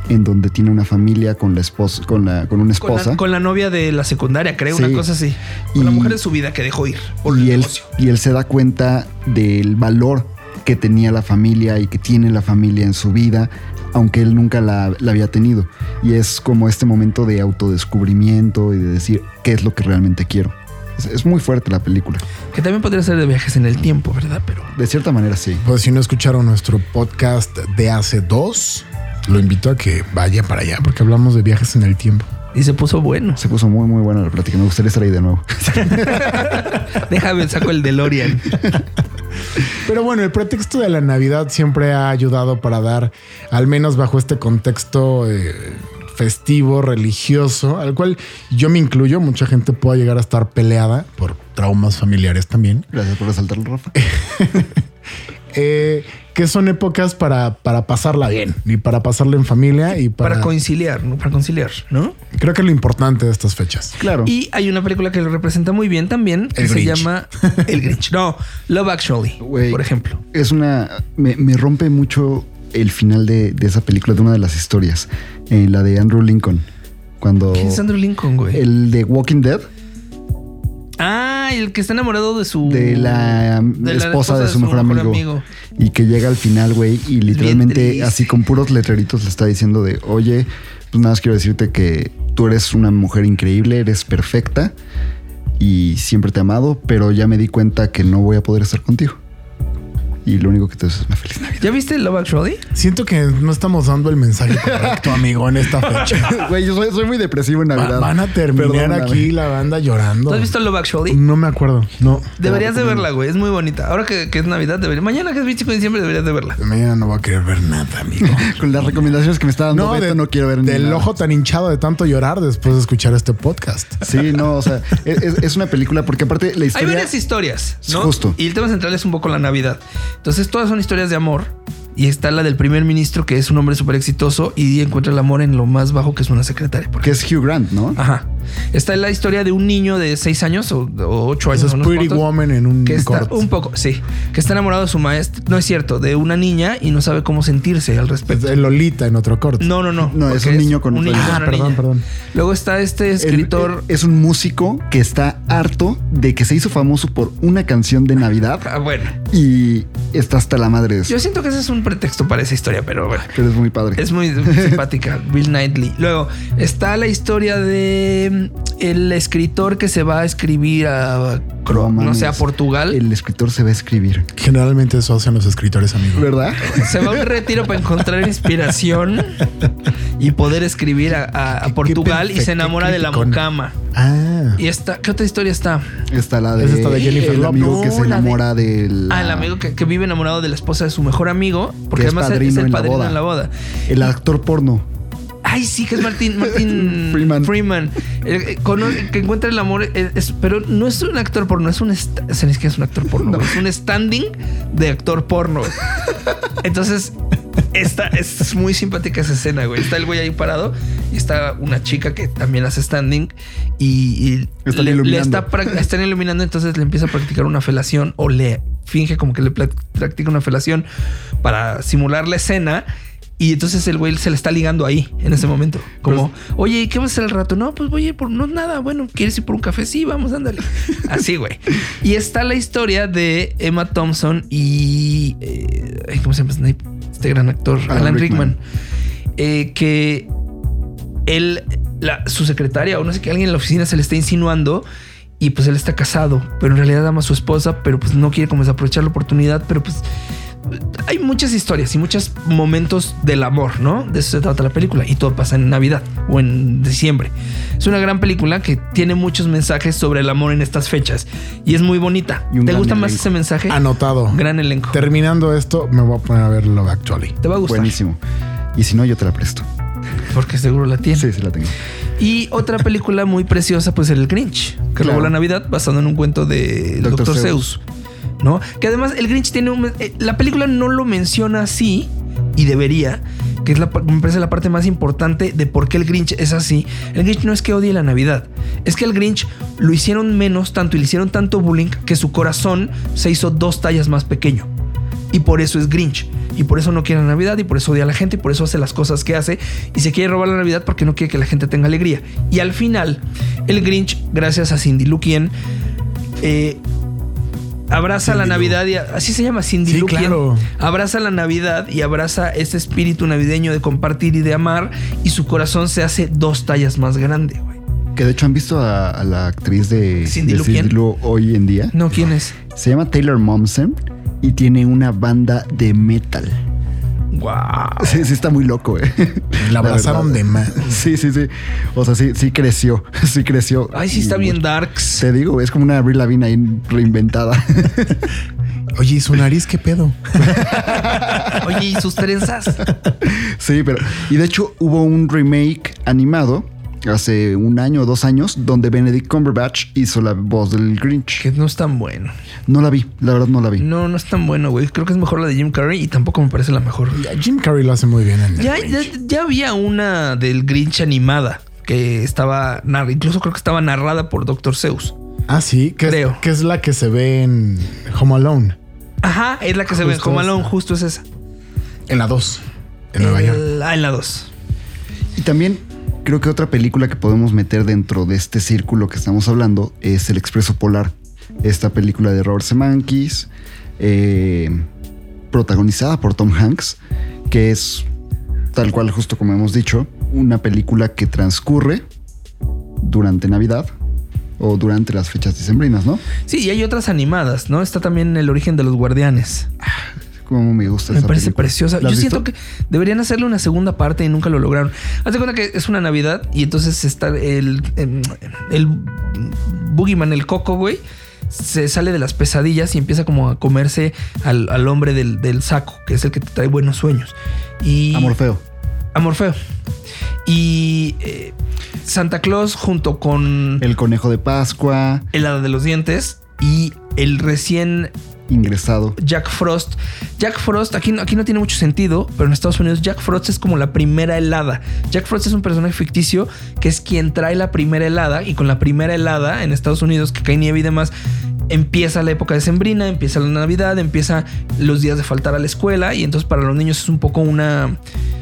Speaker 5: en donde tiene una familia con la esposa, con, la, con una
Speaker 4: Con
Speaker 5: esposa.
Speaker 4: la, con la novia de la secundaria, creo,
Speaker 5: Sí.
Speaker 4: una cosa así. Con la
Speaker 5: Y-
Speaker 4: mujer de su vida que dejó ir por el
Speaker 5: y, él,
Speaker 4: negocio.
Speaker 5: y él se da cuenta del valor que tenía la familia y que tiene la familia en su vida, aunque él nunca la, la había tenido. Y es como este momento de autodescubrimiento y de decir qué es lo que realmente quiero. Es, es muy fuerte la película.
Speaker 4: Que también podría ser de viajes en el tiempo, ¿verdad? Pero
Speaker 5: De cierta manera, sí.
Speaker 6: Pues si no escucharon nuestro podcast de hace dos, lo invito a que vaya para allá porque hablamos de viajes en el tiempo.
Speaker 4: y se puso bueno.
Speaker 5: Se puso muy, muy buena la plática. Me gustaría estar ahí de nuevo.
Speaker 4: Déjame saco el DeLorean.
Speaker 6: Pero bueno, el pretexto de la Navidad siempre ha ayudado para dar, al menos bajo este contexto eh, festivo, religioso, al cual yo me incluyo, mucha gente puede llegar a estar peleada por traumas familiares también.
Speaker 5: Gracias por resaltarlo, Rafa.
Speaker 6: eh, que son épocas para, para pasarla bien y para pasarla en familia y
Speaker 4: Para,
Speaker 6: para,
Speaker 4: conciliar, ¿no? Para conciliar, ¿no?
Speaker 6: creo que es lo importante de estas fechas.
Speaker 5: Claro.
Speaker 4: Y hay una película que lo representa muy bien también, que
Speaker 6: El
Speaker 4: se
Speaker 6: Grinch.
Speaker 4: llama El Grinch. No, Love Actually,
Speaker 5: Güey.
Speaker 4: por ejemplo.
Speaker 5: es una. Me, me rompe mucho el final de, de esa película, de una de las historias, eh, la de Andrew Lincoln. Cuando.
Speaker 4: ¿Quién es Andrew Lincoln, güey?
Speaker 5: El de Walking Dead.
Speaker 4: Ah, Ah, el que está enamorado de su.
Speaker 5: de la, um,
Speaker 4: de la
Speaker 5: esposa de su, mejor, amigo, Y que llega al final, güey, y literalmente
Speaker 4: triste.
Speaker 5: así con puros letreritos le está diciendo de, oye, pues nada más quiero decirte que tú eres una mujer increíble, eres perfecta y siempre te he amado, pero ya me di cuenta que no voy a poder estar contigo. Y lo único que te deseo es una feliz Navidad.
Speaker 4: ¿Ya viste Love Actually?
Speaker 6: Siento que no estamos dando el mensaje correcto, amigo, en esta fecha.
Speaker 5: Güey, yo soy, soy muy depresivo en
Speaker 6: Va-
Speaker 5: Navidad.
Speaker 6: van a terminar
Speaker 5: Perdóname.
Speaker 6: aquí la banda llorando.
Speaker 4: ¿Tú has visto Love Actually?
Speaker 5: Mm,
Speaker 6: No me acuerdo. No.
Speaker 4: Deberías de verla, güey. Es muy bonita. Ahora que, que es Navidad, debería. Mañana que es 25 de diciembre, deberías de verla.
Speaker 6: Mañana no voy a querer ver nada, amigo.
Speaker 5: Con las recomendaciones que me está dando,
Speaker 6: No,
Speaker 5: no,
Speaker 6: de-
Speaker 5: no quiero ver ni
Speaker 6: del
Speaker 5: nada.
Speaker 6: ojo tan hinchado de tanto llorar después de escuchar este podcast.
Speaker 5: Sí, no, o sea, es, es- es una película porque aparte la
Speaker 4: Hay
Speaker 5: historia...
Speaker 4: varias historias, ¿no?
Speaker 5: Justo.
Speaker 4: Y el tema central es un poco la Navidad. Entonces, todas son historias de amor. Y está la del primer ministro, que es un hombre súper exitoso y encuentra el amor en lo más bajo, que es una secretaria. por
Speaker 5: Que es Hugh Grant, ¿no?
Speaker 6: Ah,
Speaker 4: Ajá. Está la historia de un niño de 6 años o, o 8 años.
Speaker 6: Eso es
Speaker 4: no sé
Speaker 6: Pretty
Speaker 4: cuántos,
Speaker 6: Woman en
Speaker 5: Mm,
Speaker 6: un
Speaker 4: que está
Speaker 6: corto.
Speaker 4: un poco, sí, que está enamorado de su maestra, no es cierto, de una niña y no sabe cómo sentirse al
Speaker 6: Es
Speaker 4: respecto.
Speaker 6: de Lolita en otro corte.
Speaker 4: No, no, no.
Speaker 5: No, es
Speaker 4: porque
Speaker 5: un niño con un problema.
Speaker 4: con
Speaker 6: Ah,
Speaker 4: una
Speaker 6: perdón,
Speaker 4: niña.
Speaker 6: perdón.
Speaker 4: Luego está este
Speaker 5: El-
Speaker 4: escritor
Speaker 5: eh, es un músico que está harto de que se hizo famoso por una canción de Navidad
Speaker 4: Ah, bueno,
Speaker 5: y está hasta la madre de eso.
Speaker 4: yo siento que ese es un pretexto para esa historia, pero bueno.
Speaker 5: Pero es muy padre.
Speaker 4: Es muy simpática, Bill Knightley. Luego está la historia de mm, el escritor que se va a escribir a
Speaker 5: No
Speaker 4: no
Speaker 5: mames.
Speaker 4: sé, a Portugal.
Speaker 5: El escritor se va a escribir.
Speaker 6: Generalmente eso hacen los escritores, amigo.
Speaker 5: ¿Verdad?
Speaker 4: Se va a un retiro para encontrar inspiración y poder escribir a, a- a
Speaker 6: Qué- qué
Speaker 4: Portugal y
Speaker 6: perfecto,
Speaker 4: se enamora
Speaker 6: qué
Speaker 4: de la
Speaker 6: criticón.
Speaker 4: mucama.
Speaker 6: Ah.
Speaker 4: Y esta, ¿qué otra historia está?
Speaker 5: Está la de,
Speaker 6: Es esta de Jennifer
Speaker 5: el
Speaker 6: Lopez.
Speaker 5: amigo que se
Speaker 4: No, la de-
Speaker 5: enamora del
Speaker 4: Ah, el amigo que, que vive enamorado de la esposa de su mejor amigo, porque
Speaker 5: Que es
Speaker 4: además es- es
Speaker 5: padrino
Speaker 4: el
Speaker 5: en la
Speaker 4: padrino
Speaker 5: boda.
Speaker 4: en la boda.
Speaker 5: el actor porno.
Speaker 4: Ay, sí, que es Martín, Martín
Speaker 5: Freeman.
Speaker 4: El- eh, cono- que encuentra el amor, eh, es- pero no es un actor porno, es un, est- se dice que es un actor porno, güey, es un standing de actor porno. güey. Entonces, esta es muy simpática esa escena, güey. Está el güey ahí parado y está una chica que también hace standing y, y
Speaker 5: Están
Speaker 4: le- le,
Speaker 5: iluminando.
Speaker 4: está prac- están iluminando, entonces le empieza a practicar una felación o le finge como que le pla- practica una felación para simular la escena. Y entonces el güey se le está ligando ahí en ese momento. Como, oye, ¿y ¿qué vas a hacer al rato? No, pues voy a ir por no nada. Bueno, ¿quieres ir por un café? Sí, vamos, ándale. Así, güey. Y está la historia de Emma Thompson y. eh, ay, ¿Cómo se llama? Snape? Este gran actor,
Speaker 5: Alan
Speaker 4: Alan,
Speaker 5: Rickman.
Speaker 4: Rickman. Eh, que él, la- su secretaria o no sé qué, alguien en la oficina se le está insinuando y pues él está casado, pero en realidad ama a su esposa, pero pues no quiere como desaprovechar la oportunidad, pero pues hay muchas historias y muchos momentos del amor, ¿no? De eso se trata la película y todo pasa en Navidad o en diciembre. Es una gran película que tiene muchos mensajes sobre el amor en estas fechas y es muy bonita.
Speaker 5: Y un
Speaker 4: ¿Te
Speaker 5: gran
Speaker 4: gusta más
Speaker 5: elenco. Ah,
Speaker 4: ese mensaje?
Speaker 6: Anotado.
Speaker 4: Gran elenco.
Speaker 6: Terminando esto, me voy a poner a ver Love Actually.
Speaker 4: Te va a gustar
Speaker 5: Buenísimo. Y si no, yo te la presto.
Speaker 4: porque seguro la tienes.
Speaker 5: Sí, sí la tengo.
Speaker 4: Y otra película muy preciosa, pues el Grinch, que
Speaker 5: Claro.
Speaker 4: robó la Navidad basado en un cuento de
Speaker 5: Dr.
Speaker 4: Dr.
Speaker 5: Seuss.
Speaker 4: Seuss. ¿No? Que además el Grinch tiene un. eh, La película no lo menciona así y debería, que es la, par- me parece la parte más importante de por qué el Grinch es así. El Grinch no es que odie la Navidad, es que el Grinch lo hicieron menos tanto y le hicieron tanto bullying que su corazón se hizo dos tallas más pequeño. Y por eso es Grinch. Y por eso no quiere la Navidad. Y por eso odia a la gente. Y por eso hace las cosas que hace. Y se quiere robar la Navidad porque no quiere que la gente tenga alegría. Y al final, el Grinch, gracias a Cindy Lou Kien, eh, abraza
Speaker 6: Cindy
Speaker 4: la
Speaker 6: Lou.
Speaker 4: Navidad. Y, así se llama Cindy
Speaker 6: Sí,
Speaker 4: Lou Kien.
Speaker 6: claro.
Speaker 4: Abraza la Navidad y abraza este espíritu navideño de compartir y de amar. Y su corazón se hace dos tallas más grande, güey.
Speaker 5: Que de hecho han visto a, a la actriz de
Speaker 4: Cindy
Speaker 5: de
Speaker 4: Lou Kien.
Speaker 5: Lou hoy en día.
Speaker 4: No, ¿quién es?
Speaker 5: Se llama Taylor Momsen y tiene una banda de metal.
Speaker 4: ¡Wow!
Speaker 5: Sí, sí está muy loco, eh.
Speaker 6: La abrazaron
Speaker 5: verdad.
Speaker 6: de más.
Speaker 5: Sí, sí, sí. O sea, sí, sí creció. Sí creció.
Speaker 4: Ay, sí está
Speaker 5: Y,
Speaker 4: bien
Speaker 5: bueno,
Speaker 4: darks.
Speaker 5: Te digo, es como una Avril Lavigne ahí reinventada.
Speaker 6: Oye, ¿y su nariz qué pedo?
Speaker 4: Oye, ¿y sus trenzas?
Speaker 5: sí, pero. Y de hecho, hubo un remake animado hace un año o dos años donde Benedict Cumberbatch hizo la voz del Grinch.
Speaker 4: Que no es tan bueno.
Speaker 5: No la vi, la verdad no la vi.
Speaker 4: No, no es tan bueno, güey. Creo que es mejor la de Jim Carrey y tampoco me parece la mejor.
Speaker 6: Jim Carrey lo hace muy bien en el
Speaker 4: Ya,
Speaker 6: Grinch.
Speaker 4: ya, ya había una del Grinch animada que estaba, nar- incluso creo que estaba narrada por Dr. Seuss.
Speaker 6: Ah, sí, que, Es,
Speaker 4: Creo.
Speaker 6: que es la que se ve en Home Alone,
Speaker 4: Ajá, es la que se ve en
Speaker 6: Justo
Speaker 4: Home
Speaker 6: esa.
Speaker 4: Alone, justo es esa.
Speaker 6: en la 2, en Nueva
Speaker 4: El-
Speaker 6: York.
Speaker 4: Ah, en la 2.
Speaker 5: Y también creo que otra película que podemos meter dentro de este círculo que estamos hablando es El Expreso Polar. esta película de Robert Zemeckis, eh, protagonizada por Tom Hanks, que es tal cual, justo como hemos dicho, una película que transcurre durante Navidad o durante las fechas dicembrinas, ¿no?
Speaker 4: Sí, y hay otras animadas, ¿no? Está también El origen de los guardianes.
Speaker 5: Como me gusta
Speaker 4: Me
Speaker 5: esa
Speaker 4: parece
Speaker 5: película.
Speaker 4: preciosa.
Speaker 5: ¿La
Speaker 4: Yo
Speaker 5: has
Speaker 4: siento
Speaker 5: visto?
Speaker 4: que deberían hacerle una segunda parte y nunca lo lograron. Haz de cuenta que es una Navidad y entonces está el, em, el Boogeyman, el Coco, güey, se sale de las pesadillas y empieza como a comerse al, al hombre del, del saco, que es el que te trae buenos sueños. Y
Speaker 5: A Morfeo.
Speaker 4: a Morfeo. Y eh, Santa Claus junto con el,
Speaker 5: El conejo de Pascua,
Speaker 4: hada de los dientes y el recién
Speaker 5: ingresado.
Speaker 4: Jack Frost. Jack Frost, aquí, no- aquí no tiene mucho sentido, pero en Estados Unidos Jack Frost es como la primera helada. Jack Frost es un personaje ficticio que es quien trae la primera helada y con la primera helada en Estados Unidos que cae nieve y demás. Empieza la época de Sembrina, empieza la Navidad, empieza los días de faltar a la escuela y entonces para los niños es un poco una...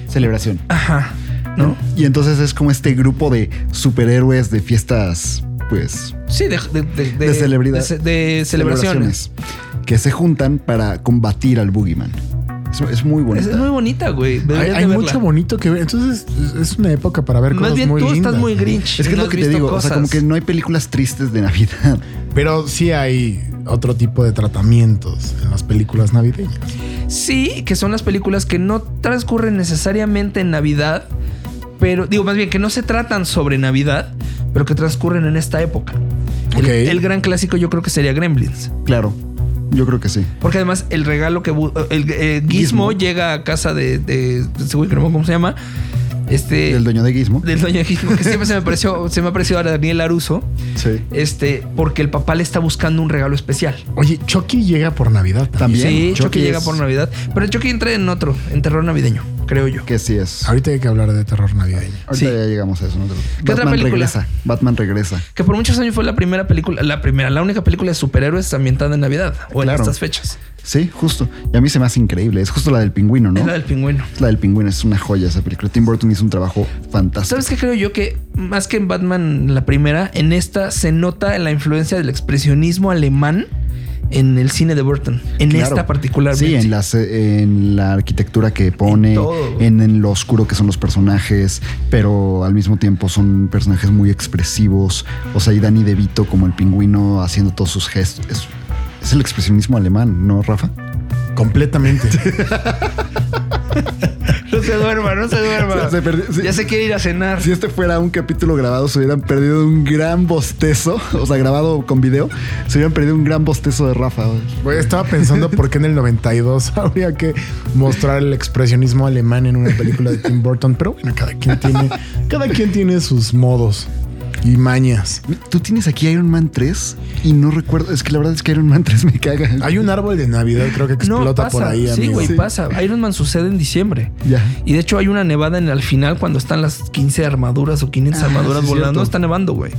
Speaker 5: Celebración.
Speaker 4: Ajá, ¿no?
Speaker 5: Y entonces es como este grupo de superhéroes de fiestas, pues,
Speaker 4: Sí, de, de,
Speaker 5: De celebridad.
Speaker 4: de ce- de celebraciones.
Speaker 5: celebraciones, que se juntan para combatir al Boogeyman. Es, es muy bonita.
Speaker 4: Esa Es muy bonita, güey.
Speaker 6: Hay,
Speaker 4: deberías
Speaker 6: hay
Speaker 4: de verla.
Speaker 6: mucho bonito que ver. Entonces es una época para ver cosas
Speaker 4: Más bien
Speaker 6: muy
Speaker 4: tú
Speaker 6: lindas.
Speaker 4: estás muy grinch.
Speaker 5: es que es
Speaker 4: no
Speaker 5: lo
Speaker 4: has
Speaker 5: que te
Speaker 4: visto
Speaker 5: digo, o sea, como
Speaker 4: cosas.
Speaker 5: que no hay películas tristes de Navidad.
Speaker 6: Pero sí hay otro tipo de tratamientos en las películas navideñas.
Speaker 4: Sí, que son las películas que no transcurren necesariamente en Navidad, pero digo más bien que no se tratan sobre Navidad, pero que transcurren en esta época. El,
Speaker 6: Ok.
Speaker 4: el gran clásico yo creo que sería Gremlins,
Speaker 5: Claro, yo creo que sí.
Speaker 4: porque además el regalo que bu- el eh, Gizmo,
Speaker 5: Gizmo.
Speaker 4: llega a casa de, de, de ese güey que no me acuerdo cómo se llama, este
Speaker 5: Del dueño de Gizmo.
Speaker 4: del dueño de Gizmo que siempre se me pareció se me ha parecido a Daniel Aruso,
Speaker 5: Sí.
Speaker 4: este porque el papá le está buscando un regalo especial.
Speaker 6: Oye, Chucky llega por Navidad también.
Speaker 5: También.
Speaker 4: sí,
Speaker 5: Chucky
Speaker 4: Chucky llega
Speaker 5: es-
Speaker 4: por Navidad, pero Chucky entra en otro, en terror navideño, creo yo.
Speaker 5: Que sí es.
Speaker 6: Ahorita hay que hablar de terror navideño.
Speaker 5: Ahorita
Speaker 4: Sí.
Speaker 5: ya llegamos a eso. ¿no?
Speaker 4: ¿Qué otra
Speaker 5: Batman
Speaker 4: película?
Speaker 5: regresa. Batman regresa.
Speaker 4: Que por muchos años fue la primera película, la primera, la única película de superhéroes ambientada en Navidad o en
Speaker 5: Claro.
Speaker 4: estas fechas.
Speaker 5: Sí, justo. Y a mí se me hace increíble. Es justo la del pingüino, ¿no?
Speaker 4: Es la del pingüino.
Speaker 5: Es la del pingüino. Es una joya esa película. Tim Burton hizo un trabajo fantástico.
Speaker 4: ¿Sabes qué creo yo? Que más que en Batman, la primera, en esta se nota la influencia del expresionismo alemán en el cine de Burton. En
Speaker 5: Claro.
Speaker 4: esta particularmente.
Speaker 5: Sí, en, las, eh, en la arquitectura que pone,
Speaker 4: En
Speaker 5: en,
Speaker 4: todo.
Speaker 5: en lo oscuro que son los personajes, pero al mismo tiempo son personajes muy expresivos. O sea, y Danny DeVito como el pingüino haciendo todos sus gestos. Es, es el expresionismo alemán, ¿no, Rafa?
Speaker 6: Completamente.
Speaker 4: No se duerma, no se duerma.
Speaker 5: Se perdió- sí.
Speaker 4: Ya se quiere ir a cenar.
Speaker 5: Si este fuera un capítulo grabado, se hubieran perdido un gran bostezo. O sea, grabado con video, se hubieran perdido un gran bostezo de Rafa.
Speaker 6: Güey, estaba pensando por qué en el 92 habría que mostrar el expresionismo alemán en una película de Tim Burton, pero bueno, cada quien tiene, cada quien tiene sus modos y mañas.
Speaker 5: Tú tienes aquí Iron Man 3 y no recuerdo. Es que la verdad es que Iron Man 3 me caga.
Speaker 6: Hay un árbol de Navidad, creo que
Speaker 4: No,
Speaker 6: explota
Speaker 4: pasa.
Speaker 6: por ahí,
Speaker 4: sí,
Speaker 6: amigo.
Speaker 4: güey, pasa. Iron Man sucede en diciembre.
Speaker 5: Ya.
Speaker 4: Y de hecho hay una nevada en el final cuando están las 15 armaduras o 500
Speaker 5: Ah,
Speaker 4: armaduras
Speaker 5: sí, es
Speaker 4: volando.
Speaker 5: cierto.
Speaker 4: Está nevando, güey.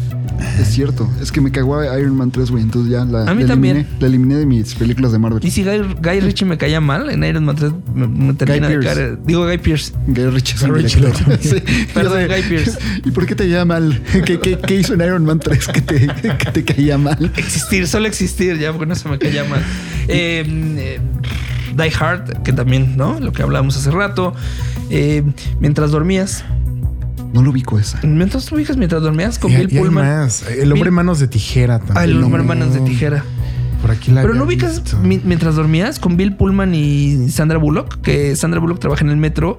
Speaker 5: Es cierto, es que me cagó Iron Man 3, güey. Entonces ya la,
Speaker 4: A mí
Speaker 5: la
Speaker 4: también.
Speaker 5: Eliminé, la eliminé de mis películas de Marvel.
Speaker 4: Y si Guy, Guy Ritchie me caía mal en Iron Man 3, me, me termina de
Speaker 5: Pearce.
Speaker 4: caer. Digo Guy Pierce.
Speaker 5: Guy Ritchie es el
Speaker 6: Guy
Speaker 5: director.
Speaker 6: Ritchie.
Speaker 5: Sí,
Speaker 4: Perdón,
Speaker 5: ya sé.
Speaker 4: Guy Pearce.
Speaker 5: ¿Y por qué te caía mal? ¿Qué, qué, qué hizo en Iron Man 3 que te, que te caía mal?
Speaker 4: Existir, solo existir, ya, porque no se me caía mal. Eh, eh, Die Hard, que también, ¿no? Lo que hablábamos hace rato. Eh, mientras dormías.
Speaker 5: No lo ubico esa.
Speaker 4: Mientras tú ubicas mientras dormías con
Speaker 6: Y-
Speaker 4: Bill
Speaker 6: y hay
Speaker 4: Pullman.
Speaker 6: más. El hombre
Speaker 4: Bill-
Speaker 6: manos de tijera también.
Speaker 4: Ah, el hombre
Speaker 6: No,
Speaker 4: manos de tijera.
Speaker 6: Por aquí la
Speaker 5: Ah,
Speaker 4: Pero no
Speaker 6: había
Speaker 4: ubicas
Speaker 6: visto.
Speaker 4: mi- mientras dormías con Bill Pullman y Sandra Bullock, que Sandra Bullock trabaja en el metro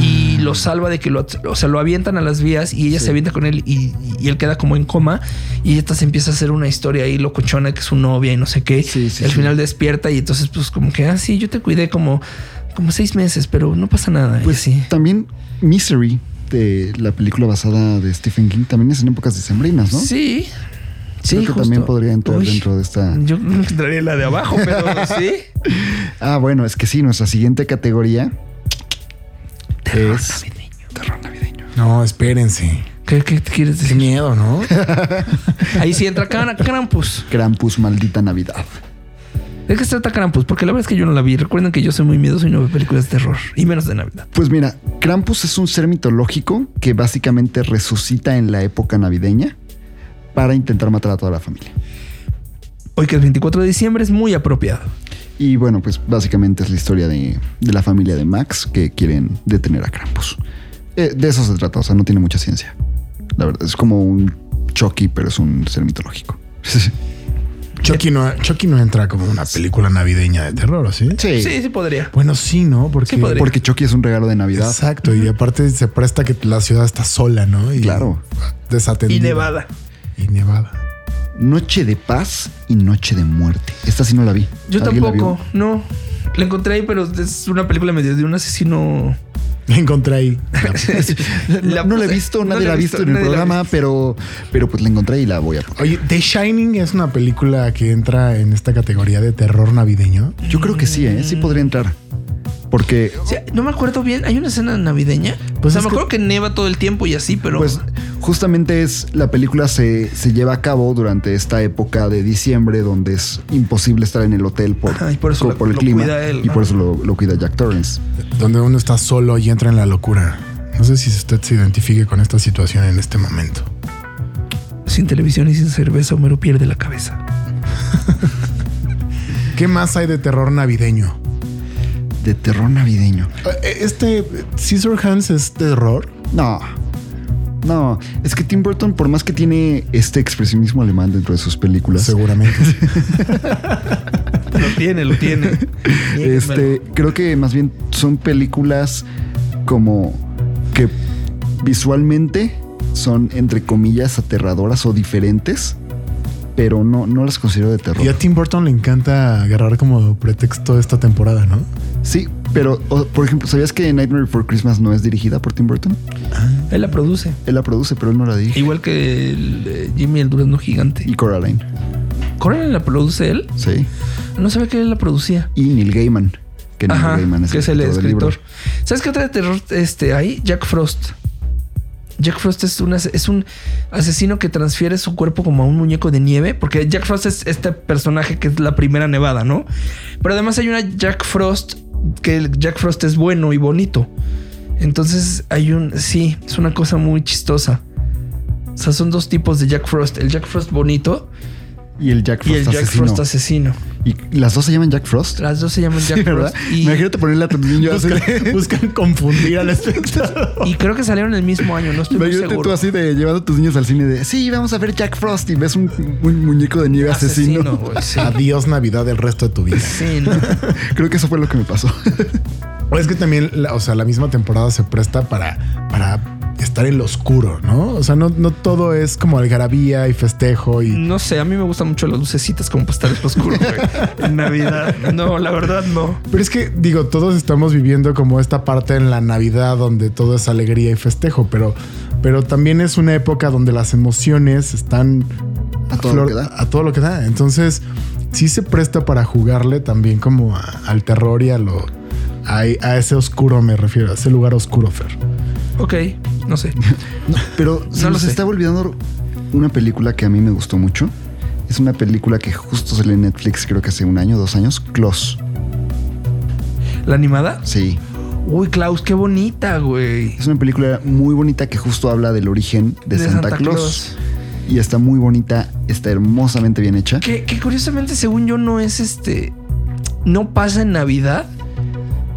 Speaker 4: y
Speaker 5: Ah.
Speaker 4: lo salva de que lo, at- o sea, lo avientan a las vías y ella se avienta con él y, y él queda como en coma y esta se empieza a hacer una historia ahí locochona que es su novia y no sé qué.
Speaker 5: Sí, sí,
Speaker 4: Al
Speaker 5: sí.
Speaker 4: final despierta y entonces pues como que, ah, sí, yo te cuidé como, como seis meses, pero no pasa nada.
Speaker 5: Pues
Speaker 4: sí.
Speaker 5: también Misery, de la película basada de Stephen King, también es en épocas decembrinas, ¿no?
Speaker 4: Sí. Sí,
Speaker 5: Creo que también
Speaker 4: justo.
Speaker 5: podría entrar
Speaker 4: Uy,
Speaker 5: dentro de esta.
Speaker 4: Yo entraría en la de abajo, pero sí.
Speaker 5: Ah, bueno, es que sí, nuestra siguiente categoría
Speaker 4: Terror
Speaker 5: es
Speaker 4: navideño.
Speaker 5: terror navideño.
Speaker 6: No, espérense.
Speaker 4: ¿Qué, qué te quieres
Speaker 6: Qué
Speaker 4: decir?
Speaker 6: miedo, ¿no?
Speaker 4: Ahí sí entra Kra- Krampus.
Speaker 5: Krampus, maldita Navidad.
Speaker 4: ¿De qué se trata Krampus? Porque la verdad es que yo no la vi. Recuerden que yo soy muy miedoso y no veo películas de terror. Y menos de Navidad.
Speaker 5: Pues mira, Krampus es un ser mitológico que básicamente resucita en la época navideña para intentar matar a toda la familia.
Speaker 4: hoy que es 24 de diciembre, es muy apropiado.
Speaker 5: Y bueno, pues básicamente es la historia de, de la familia de Max que quieren detener a Krampus. Eh, de eso se trata, o sea, no tiene mucha ciencia. La verdad, es como un Chucky, pero es un ser mitológico. sí,
Speaker 6: Chucky no, Chucky no entra como una película navideña de terror, ¿o ¿sí?
Speaker 4: Sí, sí podría.
Speaker 6: Bueno, sí, ¿no?
Speaker 4: Sí,
Speaker 6: Porque,
Speaker 4: podría.
Speaker 5: Porque Chucky es un regalo de Navidad.
Speaker 6: Exacto, y aparte se presta que la ciudad está sola, ¿no? Y
Speaker 5: Claro.
Speaker 6: Desatendida.
Speaker 4: Y Nevada.
Speaker 6: Y nevada.
Speaker 5: Noche de paz y noche de muerte. Esta sí no la vi.
Speaker 4: Yo
Speaker 5: ¿Alguien la
Speaker 4: tampoco,
Speaker 5: vio?
Speaker 4: no. La encontré ahí, pero es una película medio de un asesino.
Speaker 6: La encontré ahí.
Speaker 4: La
Speaker 5: Ah, pues, no la he
Speaker 4: puse.
Speaker 5: visto,
Speaker 4: No
Speaker 5: nadie la ha visto, en el
Speaker 4: nadie la ha
Speaker 5: programa,
Speaker 4: visto.
Speaker 5: pero, pero pues la encontré y la voy a poner.
Speaker 6: Oye, The Shining es una película que entra en esta categoría de terror navideño.
Speaker 5: Yo creo que sí, ¿eh? sí podría entrar. Porque
Speaker 4: Sí, no me acuerdo bien, hay una escena navideña.
Speaker 6: Pues
Speaker 4: o sea,
Speaker 6: es
Speaker 4: me
Speaker 6: que-
Speaker 4: acuerdo que... neva todo el tiempo y así, pero
Speaker 5: Pues justamente es la película se, se lleva a cabo durante esta época de diciembre donde es imposible estar en el hotel por,
Speaker 4: Ajá, y por eso
Speaker 5: co-
Speaker 4: lo- lo cuida él,
Speaker 5: y
Speaker 4: ¿no?
Speaker 5: por eso lo, lo cuida Jack Torrance.
Speaker 6: donde uno está solo y entra en la locura. No sé si usted se identifique con esta situación en este momento.
Speaker 4: sin televisión y sin cerveza, Homero pierde la cabeza.
Speaker 6: ¿Qué más hay de terror navideño?
Speaker 5: De terror navideño.
Speaker 6: Eh, Este Caesar Hans es terror.
Speaker 5: No. No, es que Tim Burton, por más que tiene este expresionismo alemán dentro de sus películas,
Speaker 6: Seguramente.
Speaker 4: Lo tiene, lo tiene.
Speaker 5: este, creo que más bien son películas como que visualmente son entre comillas aterradoras o diferentes, pero no, no las considero de terror.
Speaker 6: Y a Tim Burton le encanta agarrar como pretexto esta temporada, ¿no?
Speaker 5: Sí, pero o- por ejemplo, ¿sabías que Nightmare Before Christmas no es dirigida por Tim Burton?
Speaker 4: Él la produce.
Speaker 5: Él la produce, pero él no la dirige.
Speaker 4: Igual que el, eh, Jimmy el Durazno Gigante.
Speaker 5: Y Coraline,
Speaker 4: ¿Coraline la produce él?
Speaker 5: sí.
Speaker 4: No sabía que él la producía.
Speaker 5: Y Neil Gaiman, que Neil
Speaker 4: Ajá,
Speaker 5: Gaiman es,
Speaker 4: que es el
Speaker 5: del
Speaker 4: escritor.
Speaker 5: libro.
Speaker 4: ¿Sabes qué otra de terror este, hay? Jack Frost. Jack Frost es un, ase- es un asesino que transfiere su cuerpo como a un muñeco de nieve, porque Jack Frost es este personaje que es la primera nevada, ¿no? Pero además hay una Jack Frost, que el Jack Frost es bueno y bonito. Entonces hay un, sí, es una cosa muy chistosa. O sea, son dos tipos de Jack Frost, el Jack Frost bonito
Speaker 5: Y el Jack
Speaker 4: y
Speaker 5: Frost
Speaker 4: el Jack
Speaker 5: asesino.
Speaker 4: Frost asesino.
Speaker 5: Y las dos se llaman Jack Frost.
Speaker 4: Las dos se llaman Jack
Speaker 5: Sí, ¿verdad?
Speaker 4: Frost. y-
Speaker 5: Imagínate ponerle a tu niño así.
Speaker 6: Buscan, buscan confundir al espectador.
Speaker 4: Y creo que salieron el mismo año, no estoy muy
Speaker 5: Imagínate
Speaker 4: seguro.
Speaker 5: tú así de llevando a tus niños al cine de sí, vamos a ver Jack Frost y ves un, un muñeco de nieve asesino.
Speaker 4: güey, sí.
Speaker 6: Adiós Navidad el resto de tu vida.
Speaker 4: Sí, no.
Speaker 5: Creo que eso fue lo que me pasó.
Speaker 6: O Es que también, la- o sea, la misma temporada se presta para, para estar en lo oscuro, ¿no? O sea, no, no todo es como algarabía y festejo
Speaker 5: Mm.
Speaker 6: y...
Speaker 4: No sé, a mí me gustan mucho las lucecitas como para estar oscuro, güey. En Navidad. No, la verdad no.
Speaker 6: Pero es que, digo, todos estamos viviendo como esta parte en la Navidad donde todo es alegría y festejo, pero, pero también es una época donde las emociones están
Speaker 5: A todo lo que da.
Speaker 6: a todo lo que da. Entonces, sí se presta para jugarle también como a- al terror y a lo... A, a ese oscuro me refiero, a ese lugar oscuro, Fer.
Speaker 4: Ok, no sé.
Speaker 5: No, pero se
Speaker 4: No lo
Speaker 5: nos
Speaker 4: sé.
Speaker 5: estaba olvidando una película que a mí me gustó mucho. Es una película que justo salió en Netflix, creo que hace un año, dos años. Close.
Speaker 4: ¿La animada?
Speaker 5: Sí.
Speaker 4: Uy, Klaus, qué bonita, güey.
Speaker 5: Es una película muy bonita que justo habla del origen de, Santa, Claus. Y está muy bonita, está hermosamente bien hecha.
Speaker 4: Que, que curiosamente, según yo, no es este. No pasa en Navidad,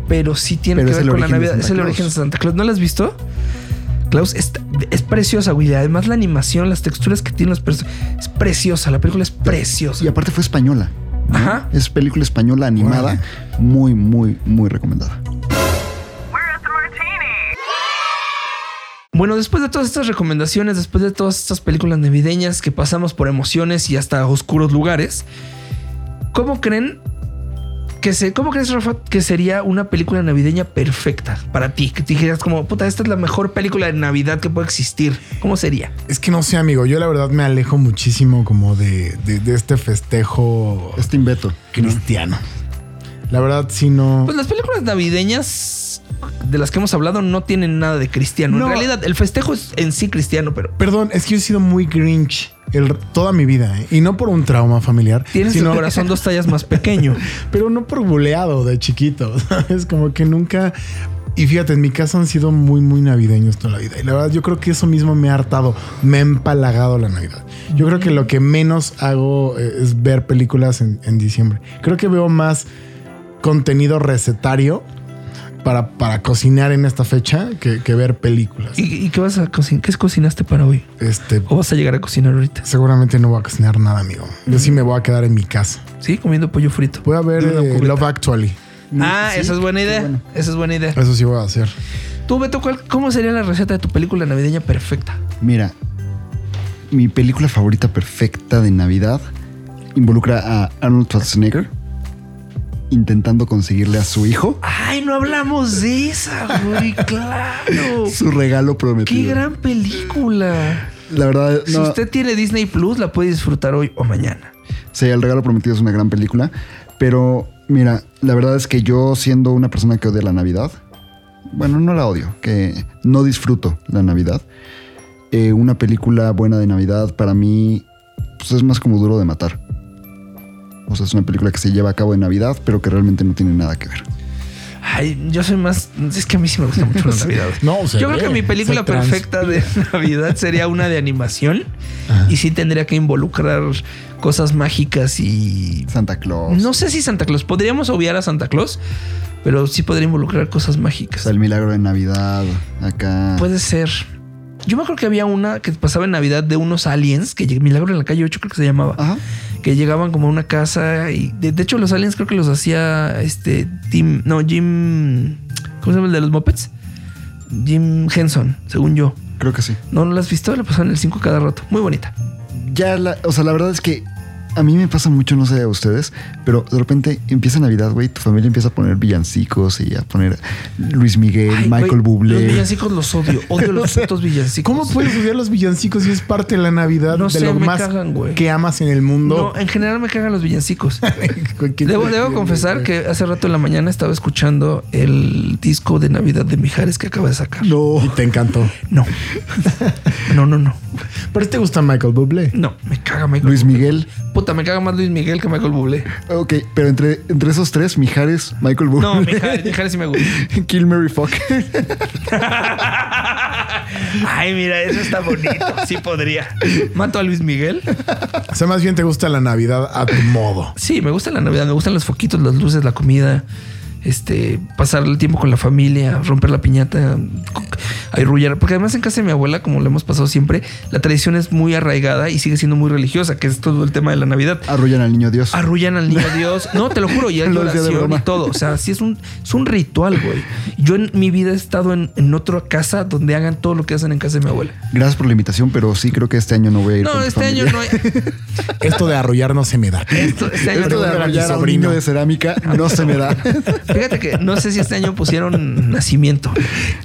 Speaker 4: pero sí tiene
Speaker 5: Pero
Speaker 4: que
Speaker 5: es
Speaker 4: ver
Speaker 5: el
Speaker 4: con la
Speaker 5: origen de
Speaker 4: Navidad. Es
Speaker 5: Santa
Speaker 4: el
Speaker 5: Claus.
Speaker 4: origen de Santa Claus. ¿No la has visto? Klaus es, es preciosa, güey. Además, la animación, las texturas que tienen los personajes. Es preciosa. La película es preciosa.
Speaker 5: Y aparte fue española. ¿no?
Speaker 4: Ajá.
Speaker 5: Es película española animada. Muy, muy, muy recomendada.
Speaker 4: Bueno, después de todas estas recomendaciones, después de todas estas películas navideñas que pasamos por emociones y hasta oscuros lugares, ¿cómo creen que se, cómo crees, Rafa, que sería una película navideña perfecta para ti? Que te dijeras como, puta, esta es la mejor película de Navidad que puede existir. ¿Cómo sería?
Speaker 6: Es que no sé, amigo. Yo la verdad me alejo muchísimo como de, de- de este festejo
Speaker 5: Este inveto.
Speaker 6: cristiano. La verdad, si no.
Speaker 4: Pues las películas navideñas de las que hemos hablado no tienen nada de cristiano.
Speaker 6: No.
Speaker 4: En realidad, el festejo es en sí cristiano, pero
Speaker 6: Perdón, es que yo he sido muy grinch el- toda mi vida. ¿eh? Y no por un trauma familiar.
Speaker 4: tienes
Speaker 6: sino,
Speaker 4: tu corazón dos tallas más pequeño.
Speaker 6: Pero no por buleado de chiquito. Es como que nunca Y fíjate, en mi casa han sido muy, muy navideños toda la vida. Y la verdad, yo creo que eso mismo me ha hartado, me ha empalagado la Navidad. Yo creo que lo que menos hago eh, es ver películas en, en diciembre. Creo que veo más contenido recetario para, para cocinar en esta fecha que, que ver películas.
Speaker 4: ¿Y, y qué vas a cocinar? ¿Qué cocinaste para hoy?
Speaker 6: Este,
Speaker 4: ¿O vas a llegar a cocinar ahorita?
Speaker 6: seguramente no voy a cocinar nada, amigo. Yo sí me voy a quedar en mi casa.
Speaker 4: Sí, comiendo pollo frito.
Speaker 6: Voy a ver
Speaker 4: Mm. Una
Speaker 6: eh,
Speaker 4: cucurita.
Speaker 6: Love Actually.
Speaker 4: Ah,
Speaker 5: Sí,
Speaker 4: esa es buena
Speaker 5: qué
Speaker 4: idea.
Speaker 5: bueno.
Speaker 4: Esa es buena idea.
Speaker 6: Eso sí voy a hacer.
Speaker 4: Tú, Beto, ¿cuál- ¿cómo sería la receta de tu película navideña perfecta?
Speaker 5: Mira, mi película favorita perfecta de Navidad involucra a Arnold Schwarzenegger intentando conseguirle a su hijo
Speaker 4: Ay, no hablamos de esa, güey. Claro.
Speaker 5: su regalo prometido.
Speaker 4: Qué gran película.
Speaker 5: La verdad,
Speaker 4: Si
Speaker 5: no,
Speaker 4: usted tiene Disney Plus, la puede disfrutar hoy o mañana.
Speaker 5: sí, El regalo prometido es una gran película, pero mira, la verdad es que yo siendo una persona que odia la Navidad, bueno, no la odio, que no disfruto la Navidad, eh, una película buena de Navidad para mí pues es más como duro de matar. O sea, es una película que se lleva a cabo en Navidad, pero que realmente no tiene nada que ver.
Speaker 4: Ay, yo soy más. Es que a mí sí me gusta mucho la Navidad.
Speaker 6: No, se
Speaker 4: yo
Speaker 6: ve,
Speaker 4: creo que mi película
Speaker 6: se
Speaker 4: perfecta de Navidad sería una de animación y sí tendría que involucrar cosas mágicas y.
Speaker 5: Santa Claus.
Speaker 4: No sé si Santa Claus. Podríamos obviar a Santa Claus, pero sí podría involucrar cosas
Speaker 5: O
Speaker 4: mágicas.
Speaker 5: sea, el milagro de Navidad. Acá.
Speaker 4: Puede ser. Yo me acuerdo que había una que pasaba en Navidad de unos aliens, que lleg- Milagro en la calle 8 creo que se llamaba,
Speaker 5: Ajá.
Speaker 4: que llegaban como a una casa y de, de hecho los aliens creo que los hacía este Tim, no, Jim, ¿cómo se llama el de los Muppets? Jim Henson, según yo.
Speaker 5: Creo que sí.
Speaker 4: No, no la has visto, la pasaban en el 5 cada rato. Muy bonita.
Speaker 5: Ya, la, o sea, la verdad es que a mí me pasa mucho, no sé a ustedes, pero de repente empieza Navidad, güey, tu familia empieza a poner villancicos y a poner Luis Miguel,
Speaker 4: Ay,
Speaker 5: Michael
Speaker 4: güey,
Speaker 5: Bublé.
Speaker 4: Los villancicos los odio, odio los putos villancicos.
Speaker 6: ¿Cómo puedes odiar los villancicos si es parte de la Navidad?
Speaker 4: No
Speaker 6: de
Speaker 4: sé,
Speaker 6: lo
Speaker 4: me
Speaker 6: más
Speaker 4: cagan, güey.
Speaker 6: que amas en el mundo.
Speaker 4: No, en general me cagan los villancicos.
Speaker 6: ¿Qué
Speaker 4: Debo,
Speaker 6: te
Speaker 4: debo
Speaker 6: entiendes,
Speaker 4: confesar
Speaker 6: güey?
Speaker 4: que hace rato en la mañana estaba escuchando el disco de Navidad de Mijares que acaba de sacar.
Speaker 6: No. Y te encantó.
Speaker 4: No. No, no, no.
Speaker 6: Pero te gusta Michael Bublé.
Speaker 4: No, me caga Michael
Speaker 5: Luis
Speaker 4: Bublé.
Speaker 5: Miguel.
Speaker 4: Puta, me caga más Luis Miguel que Michael Bublé.
Speaker 5: Ok, pero entre, entre esos tres, Mijares, Michael Bublé.
Speaker 4: No, Mijares, Mijares sí me gusta.
Speaker 5: Kill Mary Fuck.
Speaker 4: Ay, mira, eso está bonito. Sí podría. ¿Mato a Luis Miguel?
Speaker 6: O sea, más bien te gusta la Navidad a tu modo.
Speaker 4: Sí, me gusta la Navidad. Me gustan los foquitos, las luces, la comida. Este, pasar el tiempo con la familia, romper la piñata, co- arrullar. Porque además en casa de mi abuela, como lo hemos pasado siempre, la tradición es muy arraigada y sigue siendo muy religiosa, que es todo el tema de la Navidad.
Speaker 5: Arrullan al niño Dios.
Speaker 4: Arrullan al niño Dios. No, te lo juro, y hay
Speaker 5: Lo decía de
Speaker 4: oración y
Speaker 5: broma.
Speaker 4: todo. O sea, sí es un, es un ritual, güey. Yo en mi vida he estado en, en otra casa donde hagan todo lo que hacen en casa de mi abuela.
Speaker 5: Gracias por la invitación, pero sí creo que este año no voy a ir.
Speaker 4: No,
Speaker 5: con tu
Speaker 4: este año
Speaker 5: familia.
Speaker 4: no hay.
Speaker 6: Esto de arrollar no se me da.
Speaker 4: esto- este año
Speaker 5: Esto de
Speaker 4: no-
Speaker 6: Pregúntale a mi
Speaker 5: arrullar a un
Speaker 6: sobrino.
Speaker 5: niño de cerámica no se me da.
Speaker 4: Fíjate que no sé si este año pusieron nacimiento.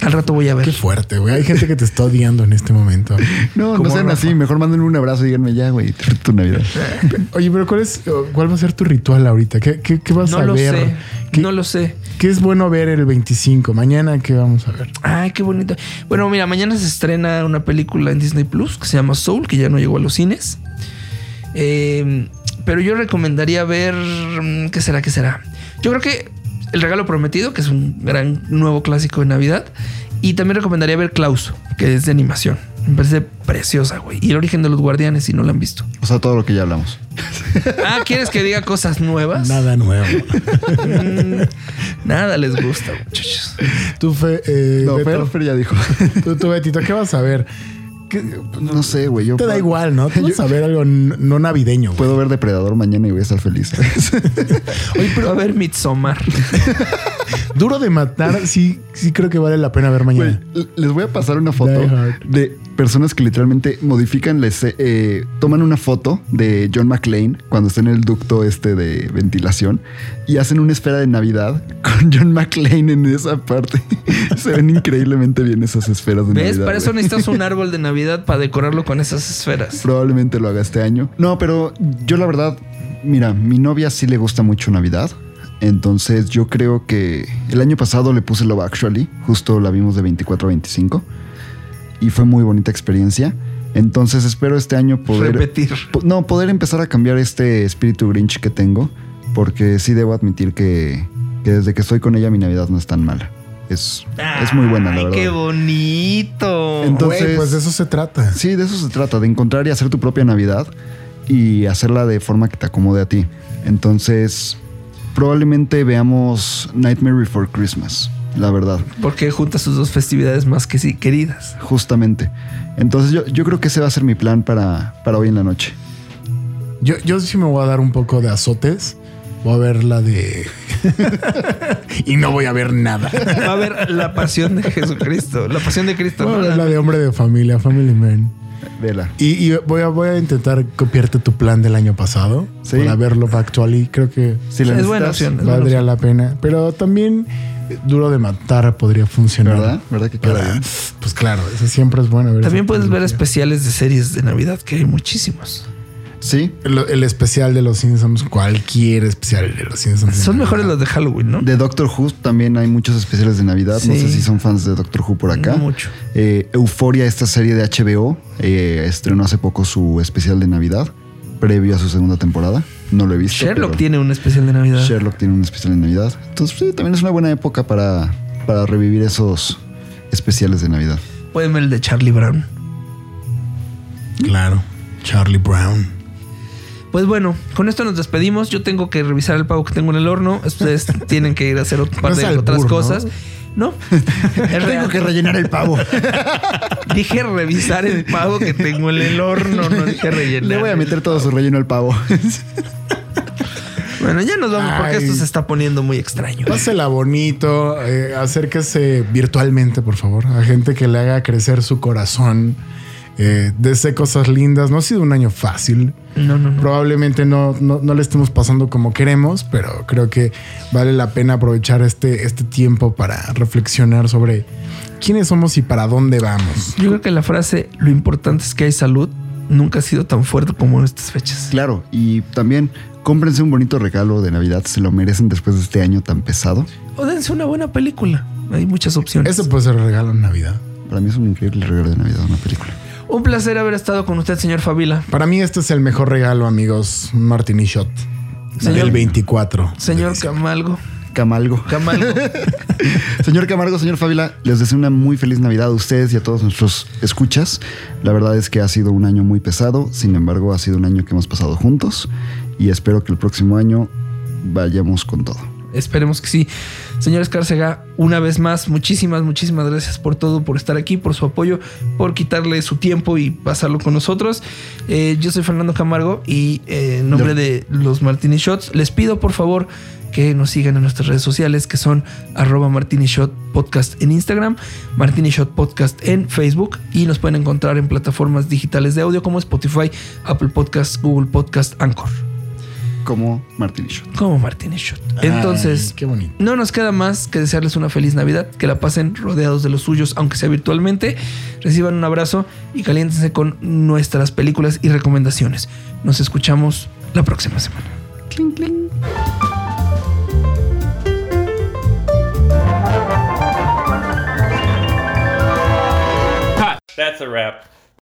Speaker 4: Al rato voy a ver.
Speaker 6: Qué fuerte, güey. Hay gente que te está odiando en este momento.
Speaker 5: No, no
Speaker 4: Como
Speaker 5: sean
Speaker 4: Rafa.
Speaker 5: así. Mejor mándenme un abrazo y díganme ya, güey, disfruta tu Navidad.
Speaker 6: Oye, pero ¿cuál es, cuál va a ser tu ritual ahorita? ¿Qué, qué- qué vas
Speaker 4: No
Speaker 6: a
Speaker 4: lo
Speaker 6: ver?
Speaker 4: sé.
Speaker 6: ¿Qué,
Speaker 4: No lo sé.
Speaker 6: qué es bueno ver el 25? Mañana, ¿qué vamos a ver?
Speaker 4: Ay, qué bonito. Bueno, mira, mañana se estrena una película en Disney Plus que se llama Soul, que ya no llegó a los cines. Eh, pero yo recomendaría ver. mm, ¿Qué será? ¿Qué será? Yo creo que El Regalo Prometido, que es un gran nuevo clásico de Navidad. Y también recomendaría ver Klaus, que es de animación. Me parece preciosa, güey. Y el origen de los guardianes, si no la han visto.
Speaker 5: O sea, todo lo que ya hablamos.
Speaker 4: Ah, ¿quieres que diga cosas nuevas?
Speaker 6: Nada nuevo.
Speaker 4: Mm, nada les gusta, muchachos.
Speaker 6: Tú, Fe, eh,
Speaker 5: No,
Speaker 6: Beto,
Speaker 5: Fer, Fer ya dijo.
Speaker 6: tú, tú, Betito, ¿qué vas a ver? ¿Qué-
Speaker 5: No sé, güey. Yo
Speaker 6: Te da
Speaker 5: puedo-
Speaker 6: igual, ¿no? Tú vas a ver algo n- no navideño. güey.
Speaker 5: Puedo ver Depredador mañana y voy a estar feliz.
Speaker 4: Oye, pero a ver, Midsommar.
Speaker 6: Duro de matar, sí, sí creo que vale la pena ver mañana.
Speaker 5: Güey, les voy a pasar una foto
Speaker 6: Die Hard.
Speaker 5: de personas que literalmente modifican, les, eh, toman una foto de John McClane cuando está en el ducto este de ventilación y hacen una esfera de Navidad con John McClane en esa parte. Se ven increíblemente bien esas esferas de
Speaker 4: ¿Ves?
Speaker 5: Navidad.
Speaker 4: Para eso
Speaker 5: güey.
Speaker 4: necesitas un árbol de Navidad para decorarlo con esas esferas.
Speaker 5: Probablemente lo haga este año. No, pero yo la verdad, mira, mi novia sí le gusta mucho Navidad. Entonces yo creo que el año pasado le puse Love Actually, justo la vimos de 24 a 25 y fue muy bonita experiencia. Entonces espero este año poder
Speaker 4: Repetir.
Speaker 5: po- no poder empezar a cambiar este espíritu Grinch que tengo, porque sí debo admitir que, que desde que estoy con ella mi Navidad no es tan mala. Es, es muy buena, la
Speaker 4: Ay,
Speaker 5: verdad.
Speaker 4: qué bonito.
Speaker 5: Entonces-
Speaker 6: Güey, pues de eso se trata.
Speaker 5: Sí, de eso se trata, de encontrar y hacer tu propia Navidad y hacerla de forma que te acomode a ti. Entonces, probablemente veamos Nightmare Before Christmas, la verdad,
Speaker 4: Porque junta sus dos festividades más que sí queridas.
Speaker 5: justamente. Entonces, yo, yo creo que ese va a ser mi plan para, para hoy en la noche.
Speaker 6: Yo, yo sí me voy a dar un poco de azotes. Voy a ver la de. y no voy a ver nada.
Speaker 4: Va a haber la pasión de Jesucristo. La pasión de Cristo.
Speaker 6: Voy a
Speaker 4: ¿no?
Speaker 6: ver la de hombre de familia, Family Man.
Speaker 5: Vela.
Speaker 6: Y, y voy, a, voy a intentar copiarte tu plan del año pasado
Speaker 5: Sí.
Speaker 6: para verlo actually. Creo que
Speaker 5: Si la
Speaker 4: Es buena
Speaker 5: necesitas,
Speaker 4: opción.
Speaker 6: valdría la pena. Pero también eh, Duro de Matar podría funcionar.
Speaker 5: ¿Verdad? ¿Verdad que queda
Speaker 6: Para-
Speaker 5: bien?
Speaker 6: pues claro, eso siempre es bueno. ver
Speaker 4: También
Speaker 6: esa
Speaker 4: puedes ver
Speaker 6: trilogía.
Speaker 4: especiales de series de Navidad, que hay muchísimos.
Speaker 5: Sí,
Speaker 6: el, el especial de los Simpsons, cualquier especial de los Simpsons.
Speaker 4: Son mejores los de Halloween, ¿no?
Speaker 5: de Doctor Who también hay muchos especiales de Navidad. No
Speaker 4: Sí.
Speaker 5: sé si son fans de Doctor Who por acá.
Speaker 4: No mucho.
Speaker 5: Eh, Euforia, esta serie de HBO, eh, estrenó hace poco su especial de Navidad, previo a su segunda temporada. No lo he visto.
Speaker 4: Sherlock
Speaker 5: pero
Speaker 4: tiene un especial de Navidad.
Speaker 5: Sherlock tiene un especial de Navidad. Entonces, sí, también es una buena época para, para revivir esos especiales de Navidad.
Speaker 4: Pueden ver el de Charlie Brown.
Speaker 6: Claro. Charlie Brown.
Speaker 4: Pues bueno, con esto nos despedimos. Yo tengo que revisar el pavo que tengo en el horno. Ustedes tienen que ir a hacer otro par
Speaker 6: No
Speaker 4: de
Speaker 6: es albur,
Speaker 4: otras
Speaker 6: ¿no?
Speaker 4: cosas. No, Es real.
Speaker 5: rellenar el pavo.
Speaker 4: dije revisar el pavo que tengo en el horno, no dije rellenar.
Speaker 5: Le voy a meter todo su relleno al pavo.
Speaker 4: Bueno, ya nos vamos porque
Speaker 6: Ay.
Speaker 4: esto se está poniendo muy extraño.
Speaker 6: Pásela bonito, eh, acérquese virtualmente, por favor, a gente que le haga crecer su corazón. Eh, dese cosas lindas. No ha sido un año fácil.
Speaker 4: No, no, no.
Speaker 6: Probablemente no, no, no le estemos pasando como queremos, pero creo que vale la pena aprovechar este, este tiempo para reflexionar sobre quiénes somos y para dónde vamos.
Speaker 4: Yo creo que la frase lo importante es que hay salud nunca ha sido tan fuerte como en estas fechas.
Speaker 5: Claro, y también cómprense un bonito regalo de Navidad, se lo merecen después de este año tan pesado.
Speaker 4: O dense una buena película. Hay muchas opciones.
Speaker 6: Ese puede ser el regalo en Navidad.
Speaker 5: Para mí es un increíble regalo de Navidad una película.
Speaker 4: Un placer haber estado con usted, señor Fabila.
Speaker 6: Para mí este es el mejor regalo, amigos. Un Martini Shot.
Speaker 4: Señor-
Speaker 6: el 24. de
Speaker 4: Señor
Speaker 6: diciembre.
Speaker 4: Camalgo.
Speaker 5: Camalgo.
Speaker 4: Camalgo.
Speaker 5: Señor Camargo, señor Fabila, les deseo una muy feliz Navidad a ustedes y a todos nuestros escuchas. La verdad es que ha sido un año muy pesado, sin embargo ha sido un año que hemos pasado juntos y espero que el próximo año vayamos con todo.
Speaker 4: Esperemos que sí. Señor Escárcega, una vez más, muchísimas, muchísimas gracias por todo, por estar aquí, por su apoyo, por quitarle su tiempo y pasarlo con nosotros. Eh, yo soy Fernando Camargo y eh, en nombre de los Martini Shots, les pido por favor que nos sigan en nuestras redes sociales que son arroba Martini Shot Podcast en Instagram, Martini Shot Podcast en Facebook y nos pueden encontrar en plataformas digitales de audio como Spotify, Apple Podcast, Google Podcast, Anchor,
Speaker 5: Como Martín y yo.
Speaker 4: como Martini Shot. Entonces,
Speaker 6: Ay, qué bonito.
Speaker 4: no nos queda más que desearles una feliz Navidad, que la pasen rodeados de los suyos, aunque sea virtualmente. Reciban un abrazo y caliéntense con nuestras películas y recomendaciones. Nos escuchamos la próxima semana.
Speaker 3: That's a wrap.